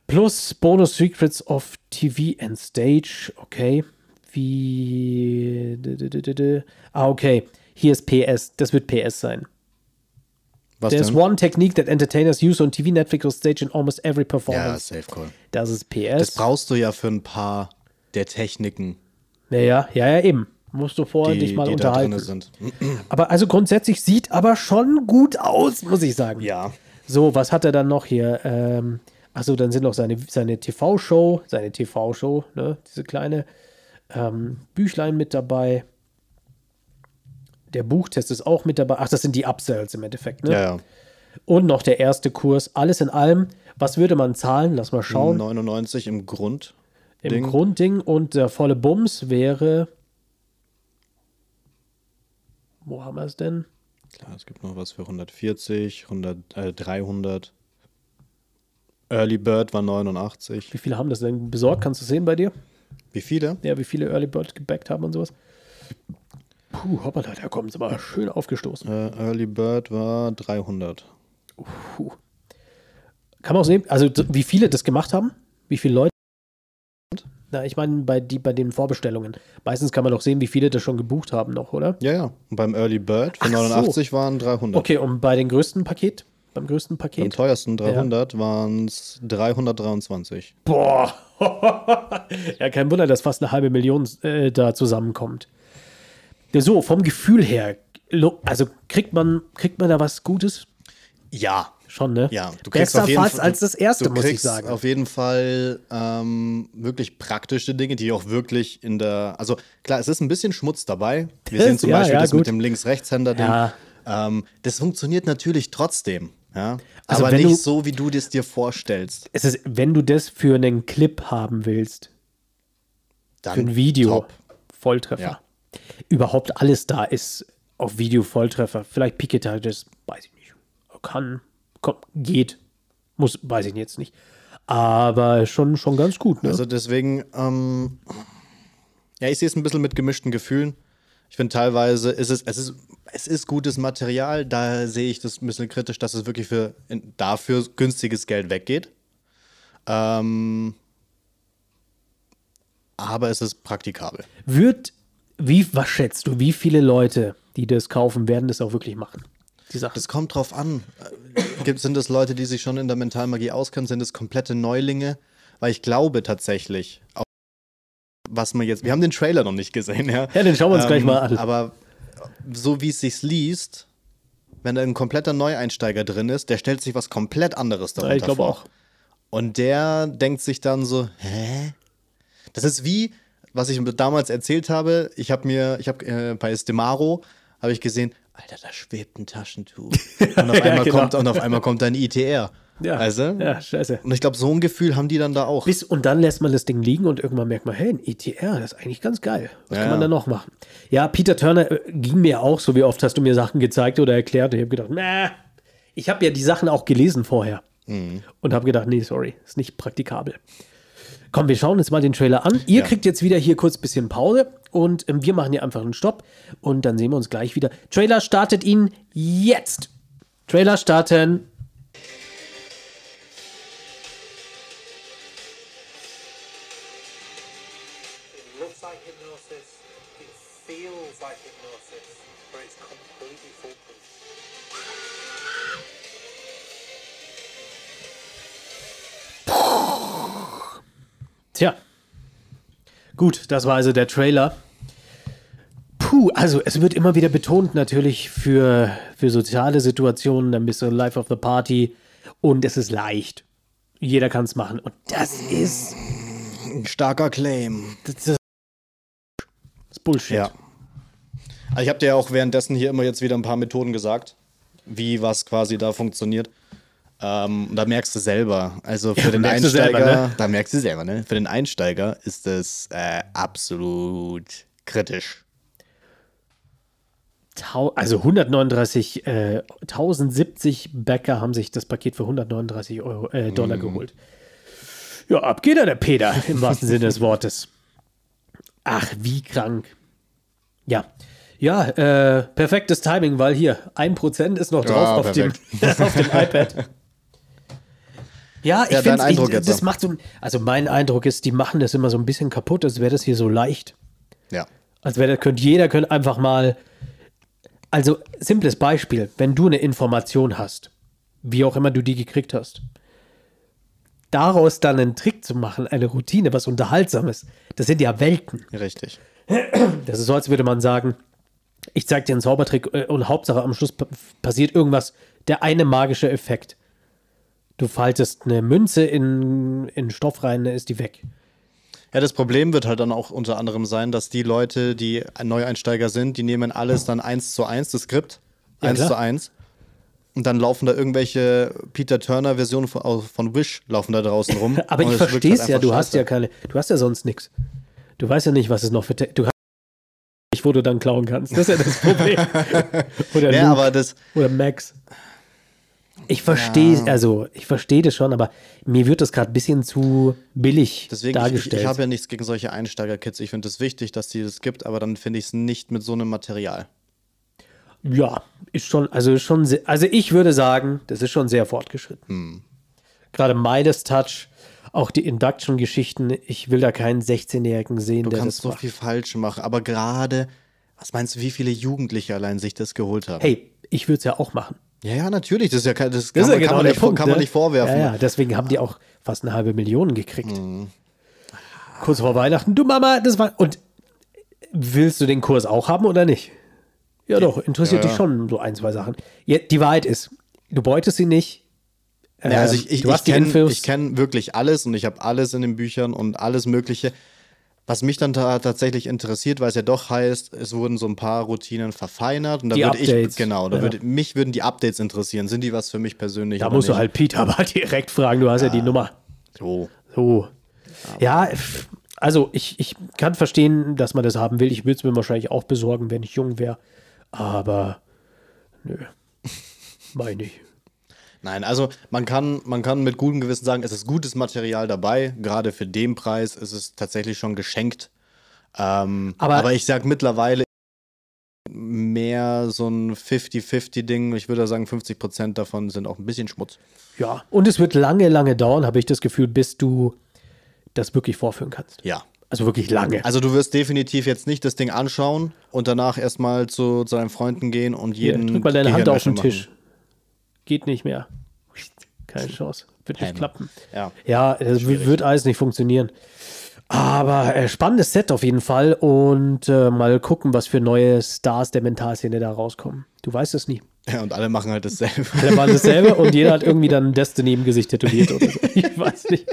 S1: Plus Bonus Secrets of TV and Stage, okay. Wie. d- d- d- d- d- Ah, okay. Hier ist PS. Das wird PS sein.
S3: Was
S1: There's
S3: denn?
S1: one technique that entertainers use on TV, Netflix or stage in almost every
S3: ja,
S1: performance.
S3: Safe Call.
S1: das ist
S3: Das
S1: PS.
S3: brauchst du ja für ein paar der Techniken,
S1: Naja, ja, ja, eben. Musst du vorher
S3: die,
S1: dich mal
S3: die da
S1: unterhalten.
S3: drin sind. Hm?
S1: Aber also grundsätzlich sieht aber schon gut aus, muss ich sagen.
S3: Ja.
S1: So, was hat er dann noch hier? Ähm, Achso, dann sind noch seine, seine TV-Show, seine TV-Show, ne? Diese kleine ähm, Büchlein mit dabei. Der Buchtest ist auch mit dabei. Ach, das sind die Upsells im Endeffekt, ne?
S3: Ja, ja.
S1: Und noch der erste Kurs. Alles in allem, was würde man zahlen? Lass mal schauen.
S3: 99 im Grund.
S1: Im
S3: Ding.
S1: Grundding und der volle Bums wäre. Wo haben wir es denn?
S3: Klar, es gibt noch was für 140, 100, äh, 300. Early Bird war 89.
S1: Wie viele haben das denn besorgt? Kannst du sehen bei dir?
S3: Wie viele?
S1: Ja, wie viele Early Bird gebackt haben und sowas. Puh, hoppala, da kommen sie aber schön aufgestoßen.
S3: Äh, Early Bird war 300.
S1: Kann man auch sehen, also d- wie viele das gemacht haben? Wie viele Leute? Na, ich meine, bei, die, bei den Vorbestellungen. Meistens kann man doch sehen, wie viele das schon gebucht haben noch, oder?
S3: Ja, ja. Und beim Early Bird für
S1: Ach so.
S3: 89 waren 300.
S1: Okay, und bei den größten Paket? Beim größten
S3: Am
S1: Paket?
S3: teuersten 300 waren es 323.
S1: Boah! ja, kein Wunder, dass fast eine halbe Million äh, da zusammenkommt. So, vom Gefühl her, lo- also kriegt man, kriegt man da was Gutes?
S3: Ja.
S1: Schon, ne?
S3: Ja, du kriegst auf jeden
S1: Bestenfalls
S3: Fall,
S1: als das erste,
S3: du
S1: muss ich
S3: kriegst
S1: sagen.
S3: Auf jeden Fall ähm, wirklich praktische Dinge, die auch wirklich in der. Also klar, es ist ein bisschen Schmutz dabei. Wir sehen zum
S1: Ja,
S3: Beispiel
S1: ja,
S3: das
S1: gut.
S3: mit dem Links-Rechtshänder-Ding.
S1: Ja.
S3: Ähm, das funktioniert natürlich trotzdem. Ja?
S1: Also
S3: Aber
S1: wenn
S3: nicht
S1: du-
S3: so, wie du das dir vorstellst.
S1: Es ist, wenn du das für einen Clip haben willst,
S3: Dann
S1: für ein Video,
S3: Top.
S1: Volltreffer.
S3: Ja.
S1: Überhaupt alles da ist auf Video Volltreffer. Vielleicht Piketages, weiß ich nicht. Kann, komm, geht. Muss, weiß ich jetzt nicht. Aber schon, schon ganz gut, ne?
S3: Also deswegen, ähm, ja, ich sehe es ein bisschen mit gemischten Gefühlen. Ich finde teilweise ist es, es ist, es ist gutes Material, da sehe ich das ein bisschen kritisch, dass es wirklich für in, dafür günstiges Geld weggeht. Ähm, aber es ist praktikabel.
S1: Wird, wie, was schätzt du, wie viele Leute, die das kaufen, werden das auch wirklich machen? Die Sache.
S3: Das kommt drauf an. Äh, Gibt, sind es Leute, die sich schon in der Mentalmagie auskennen? Sind es komplette Neulinge? Weil ich glaube tatsächlich, auch was man jetzt. Wir haben den Trailer noch nicht gesehen, ja. Ähm,
S1: Ja, den schauen wir uns gleich mal an.
S3: Aber so wie es sich liest, wenn da ein kompletter Neueinsteiger drin ist, der stellt sich was komplett anderes darunter
S1: halt, ich glaube
S3: vor.
S1: auch.
S3: Und der denkt sich dann so, hä? Das ist wie, was ich damals erzählt habe. Ich habe mir, ich habe äh, bei Estemaro habe ich gesehen, Alter, da schwebt ein Taschentuch. Und auf, einmal
S1: genau.
S3: kommt, und auf einmal kommt ein ITR.
S1: Ja,
S3: Weißt du?
S1: ja, scheiße.
S3: Und ich glaube, so ein Gefühl haben die dann da auch.
S1: Bis, und dann lässt man das Ding liegen und irgendwann merkt man, hey, ein ETR, das ist eigentlich ganz geil. Was
S3: Ja.
S1: kann man da noch machen? Ja, Peter Turner äh, ging mir auch, so wie oft hast du mir Sachen gezeigt oder erklärt. Und ich habe gedacht, nah. ich habe ja die Sachen auch gelesen vorher.
S3: Mhm.
S1: Und habe gedacht, nee, sorry, ist nicht praktikabel. Komm, wir schauen uns mal den Trailer an. Ihr kriegt jetzt wieder hier kurz ein bisschen Pause und ähm, wir machen hier einfach einen Stopp und dann sehen wir uns gleich wieder. Trailer startet ihn jetzt. Trailer starten.
S4: It looks like hypnosis. It's feels like hypnosis, but it's completely foolproof.
S1: Tja. Gut, das war also der Trailer. Puh, also es wird immer wieder betont natürlich für, für soziale Situationen, dann bist du Life of the Party und es ist leicht. Jeder kann es machen. Und das ist,
S3: Ein starker Claim.
S1: das ist Bullshit.
S3: Ja. Also ich habe dir ja auch währenddessen hier immer jetzt wieder ein paar Methoden gesagt, wie was quasi da funktioniert. Ähm, und da merkst du selber. Also für den
S1: merkst du
S3: Einsteiger,
S1: selber, ne?
S3: da merkst du selber, ne? Für den Einsteiger ist das äh, absolut kritisch.
S1: Tau also 139, äh, 1070 Bäcker haben sich das Paket für 139 Euro, äh,
S3: Mhm.
S1: Dollar geholt. Ja, ab geht er, der Peter, im wahrsten Sinne des Wortes. Ach, wie krank. Ja. Ja, äh, perfektes Timing, weil hier 1% ist noch drauf auf, dem, auf dem iPad. Ja, ich
S3: Ja, dein
S1: finde,
S3: Eindruck jetzt
S1: das
S3: noch.
S1: macht so, also mein Eindruck ist, die machen das immer so ein bisschen kaputt, als wäre das hier so leicht.
S3: Ja.
S1: Als wäre das, könnte jeder könnte einfach mal. Also, simples Beispiel, wenn du eine Information hast, wie auch immer du die gekriegt hast, daraus dann einen Trick zu machen, eine Routine, was Unterhaltsames, das sind ja Welten.
S3: Richtig.
S1: Das ist so, als würde man sagen, ich zeig dir einen Zaubertrick äh, und Hauptsache am Schluss pa- passiert irgendwas, der eine magische Effekt. Du faltest eine Münze in, in Stoff rein, ist die weg.
S3: Ja, das Problem wird halt dann auch unter anderem sein, dass die Leute, die Neueinsteiger sind, die nehmen alles dann eins zu eins, das Skript,
S1: Ja,
S3: eins
S1: klar.
S3: zu eins. Und dann laufen da irgendwelche Peter Turner-Versionen von, aus- von Wish laufen da draußen rum.
S1: Aber
S3: Und
S1: ich
S3: es wirkt halt
S1: verstehe es ja,
S3: einfach
S1: du hast
S3: scheiße.
S1: ja keine, du hast ja sonst nichts. Du weißt ja nicht, was es noch für. Te du hast nicht, wo du dann klauen kannst. Das ist ja das Problem. oder,
S3: Ja,
S1: Luke,
S3: aber das,
S1: oder Max. Ich verstehe, also ich verstehe das schon, aber mir wird das gerade ein bisschen zu billig
S3: deswegen, ich, ich,
S1: dargestellt.
S3: ich habe ja nichts gegen solche Einsteiger-Kids. Ich finde es wichtig, dass die das gibt, aber dann finde ich es nicht mit so einem Material.
S1: ja, ist schon, also ist schon, sehr, also ich würde sagen, das ist schon sehr fortgeschritten.
S3: Hm.
S1: Gerade Midas Touch, auch die Induction-Geschichten, ich will da keinen 16-Jährigen sehen,
S3: Du
S1: der
S3: kannst
S1: das
S3: so
S1: macht.
S3: viel falsch machen, aber gerade, was meinst du, wie viele Jugendliche allein sich das geholt haben?
S1: Hey, ich würde es ja auch machen.
S3: Ja, ja, natürlich, das ist ja kein, das kann, man,
S1: ja
S3: kann,
S1: genau
S3: man,
S1: der
S3: nicht, vor-
S1: Punkt,
S3: kann man
S1: ne?
S3: nicht vorwerfen.
S1: Ja, ja, deswegen haben die auch fast eine halbe Million gekriegt. Kurz vor Weihnachten, du Mama, das war. Und willst du den Kurs auch haben oder nicht? Ja, doch, interessiert
S3: Ja,
S1: dich
S3: ja.
S1: schon so ein, zwei Sachen. Ja, die Wahrheit ist, du beutest sie nicht.
S3: Ja, also
S1: Ähm,
S3: ich, ich,
S1: du
S3: ich
S1: hast die
S3: kenne
S1: Infos.
S3: ich kenn wirklich alles und ich habe alles in den Büchern und alles Mögliche. Was mich dann ta tatsächlich interessiert, weil es ja doch heißt, es wurden so ein paar Routinen verfeinert und da
S1: Die
S3: würde
S1: Updates.
S3: ich genau, da
S1: Ja.
S3: würde mich würden die Updates interessieren. Sind die was für mich persönlich?
S1: da
S3: oder
S1: musst du
S3: nicht?
S1: halt Peter aber direkt fragen, du hast ja, die Nummer.
S3: So.
S1: So. Ja, f- also ich, ich kann verstehen, dass man das haben will. Ich würde es mir wahrscheinlich auch besorgen, wenn ich jung wäre. Aber nö. Meine ich.
S3: Nein, also man kann, man kann mit gutem Gewissen sagen, es ist gutes Material dabei. Gerade für den Preis ist es tatsächlich schon geschenkt. Ähm,
S1: Aber-
S3: aber, ich sag mittlerweile mehr so ein 50-50-Ding. Ich würde sagen, 50% davon sind auch ein bisschen Schmutz.
S1: Ja. Und es wird lange, lange dauern, habe ich das Gefühl, bis du das wirklich vorführen kannst.
S3: Ja.
S1: Also wirklich lange.
S3: Also du wirst definitiv jetzt nicht das Ding anschauen und danach erstmal zu, zu deinen Freunden gehen und
S1: Hier,
S3: jeden.
S1: drück mal deine Hand auf
S3: Gehirnwäsche
S1: den
S3: machen.
S1: Tisch. Geht nicht mehr. Keine Chance. Wird nicht klappen.
S3: Ja.
S1: Ja, das w- wird alles nicht funktionieren. Aber äh, spannendes Set auf jeden Fall und äh, mal gucken, was für neue Stars der Mentalszene da rauskommen. Du weißt es nie.
S3: ja. Und alle machen halt dasselbe.
S1: Alle waren dasselbe und jeder hat irgendwie dann Destiny im Gesicht tätowiert oder so. Ich weiß nicht.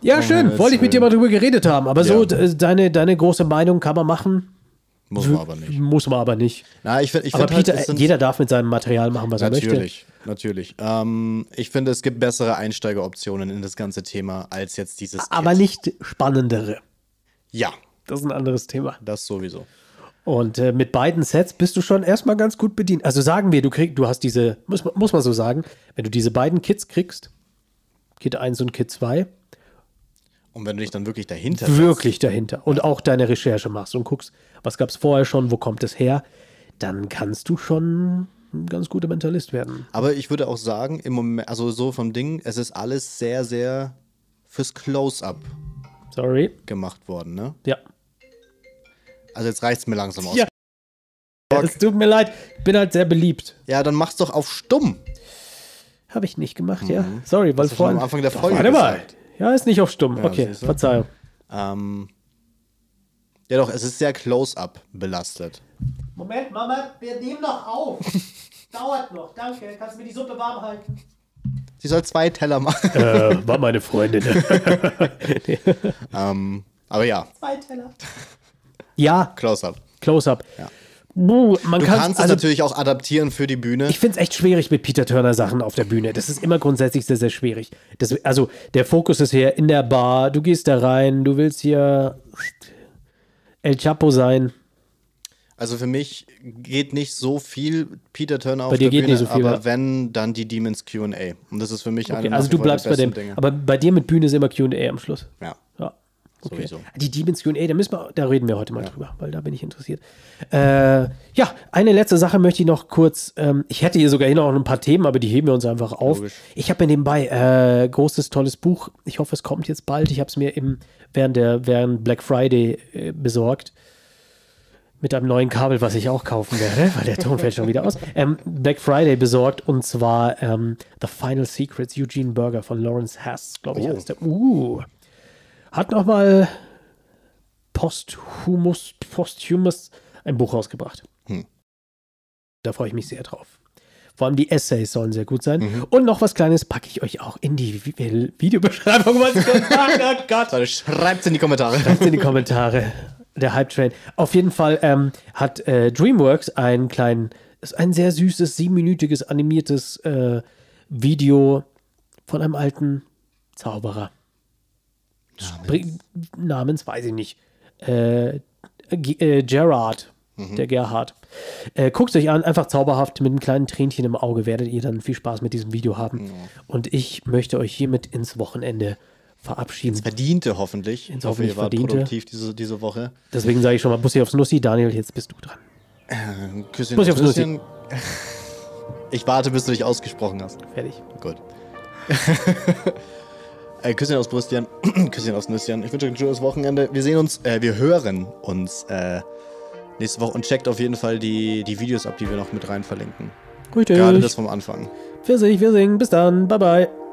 S1: Ja, schön.
S3: Himmels
S1: Wollte ich mit dir mal
S3: Willen.
S1: drüber geredet haben. Aber so,
S3: Ja.
S1: d- äh, deine, deine große Meinung kann man machen,
S3: Muss man aber nicht.
S1: muss man aber nicht.
S3: Na, ich find, ich
S1: Aber
S3: find halt,
S1: Peter,
S3: es sind-
S1: jeder darf mit seinem Material machen, was er möchte.
S3: Natürlich, natürlich. Ähm, ich finde, es gibt bessere Einsteigeroptionen in das ganze Thema als jetzt dieses.
S1: Aber nicht spannendere.
S3: ja,
S1: Das ist ein anderes Thema.
S3: das sowieso.
S1: Und äh, mit beiden Sets bist du schon erstmal ganz gut bedient. Also sagen wir, du kriegst, du hast diese, muss, man- muss man so sagen, wenn du diese beiden Kits kriegst, Kit 1 und Kit 2,
S3: Und wenn du dich dann wirklich dahinter
S1: wirklich dahinter und auch deine Recherche machst und guckst, was gab es vorher schon, wo kommt es her, dann kannst du schon ein ganz guter Mentalist werden.
S3: Aber ich würde auch sagen, im Moment, also so vom Ding, es ist alles sehr, sehr fürs Close-Up
S1: Sorry.
S3: gemacht worden, ne?
S1: Ja.
S3: Also jetzt reicht's mir langsam aus.
S1: Ja. Ja, Es tut mir leid, ich bin halt sehr beliebt.
S3: Ja, dann mach's doch auf stumm.
S1: Habe ich nicht gemacht, ja. Sorry, weil
S3: Mhm. Das war
S1: vorhin.
S3: am Anfang der
S1: Doch,
S3: Folge.
S1: Warte mal.
S3: gesagt.
S1: Ja, ist nicht auf stumm. okay,
S3: siehst du.
S1: Verzeihung.
S3: Ähm, ja, doch, es ist sehr close-up belastet.
S4: Moment, Mama, wir nehmen noch auf. Dauert noch, danke. Kannst du mir die Suppe warm halten?
S3: Sie soll zwei Teller machen.
S1: Äh, war meine Freundin.
S3: ähm, aber ja,
S4: Zwei Teller.
S1: ja,
S3: close-up.
S1: Close-Up.
S3: Ja.
S1: Buh, man
S3: Du
S1: kann,
S3: kannst
S1: also,
S3: es natürlich auch adaptieren für die Bühne.
S1: Ich finde es echt schwierig mit Peter Turner Sachen auf der Bühne. Das ist immer grundsätzlich sehr, sehr schwierig. Das, also der Fokus ist hier in der Bar, du gehst da rein, du willst hier El Chapo sein.
S3: Also für mich geht nicht so viel Peter Turner auf
S1: dir
S3: der
S1: geht
S3: Bühne,
S1: nicht so viel,
S3: aber
S1: ja.
S3: wenn, dann die Demons Q&A. Und das ist für mich eine
S1: Okay,
S3: nach
S1: also
S3: wie
S1: du
S3: vor der
S1: bleibst bei dem.
S3: besten Dinge.
S1: Aber bei dir mit Bühne ist immer QA am Schluss.
S3: ja,
S1: Ja. Okay.
S3: Sowieso.
S1: Die Demons QA, da, müssen wir, da reden wir heute mal drüber, weil da bin ich interessiert. Äh, ja, eine letzte Sache möchte ich noch kurz. Ähm, ich hätte hier sogar hier noch ein paar Themen, aber die heben wir uns einfach auf.
S3: Logisch.
S1: Ich habe mir nebenbei äh, großes, tolles Buch. Ich hoffe, es kommt jetzt bald. Ich habe es mir im, während, der, während Black Friday äh, besorgt. Mit einem neuen Kabel, was ich auch kaufen werde, weil der Ton fällt schon wieder aus. Ähm, Black Friday besorgt und zwar ähm, The Final Secrets, Eugene Berger von Lawrence Hess, glaube ich,
S3: Oh.
S1: heißt der. Uh. Hat nochmal posthumus, posthumus ein Buch rausgebracht.
S3: Hm.
S1: Da freue ich mich sehr drauf. Vor allem die Essays sollen sehr gut sein. Und noch was Kleines packe ich euch auch in die Vi- Videobeschreibung. Was ich schon sagen, oh Gott
S3: Leute, schreibt's in die Kommentare.
S1: in die Kommentare. Der Hype Train. Auf jeden Fall ähm, hat äh, DreamWorks einen kleinen, ist ein sehr süßes, siebenminütiges animiertes äh, Video von einem alten Zauberer. Namens, Namens weiß ich nicht. Äh, G äh, Gerard. Der Gerhard. Äh, Guckt euch an, einfach zauberhaft mit einem kleinen Tränchen im Auge werdet ihr dann viel Spaß mit diesem Video haben. Und ich möchte euch hiermit ins Wochenende verabschieden.
S3: Verdiente hoffentlich. Ich hoffe,
S1: hoffentlich
S3: ihr wart
S1: verdiente.
S3: produktiv diese, diese Woche.
S1: Deswegen sage ich schon mal Bussi aufs Nussi. Daniel, jetzt bist du dran.
S3: Ein Küsschen
S1: Bussi
S3: auf
S1: aufs
S3: Nüsschen. Ich warte, bis du dich ausgesprochen hast.
S1: Fertig.
S3: Gut. äh, Küsschen aus Brüstchen, Küsschen aus Nüsschen. Ich wünsche euch ein schönes Wochenende. Wir sehen uns, äh, wir hören uns äh, nächste Woche und checkt auf jeden Fall die, die Videos ab, die wir noch mit rein verlinken.
S1: Richtig.
S3: Gerade das vom Anfang.
S1: Pfirsich, wir singen. Bis dann. Bye, bye.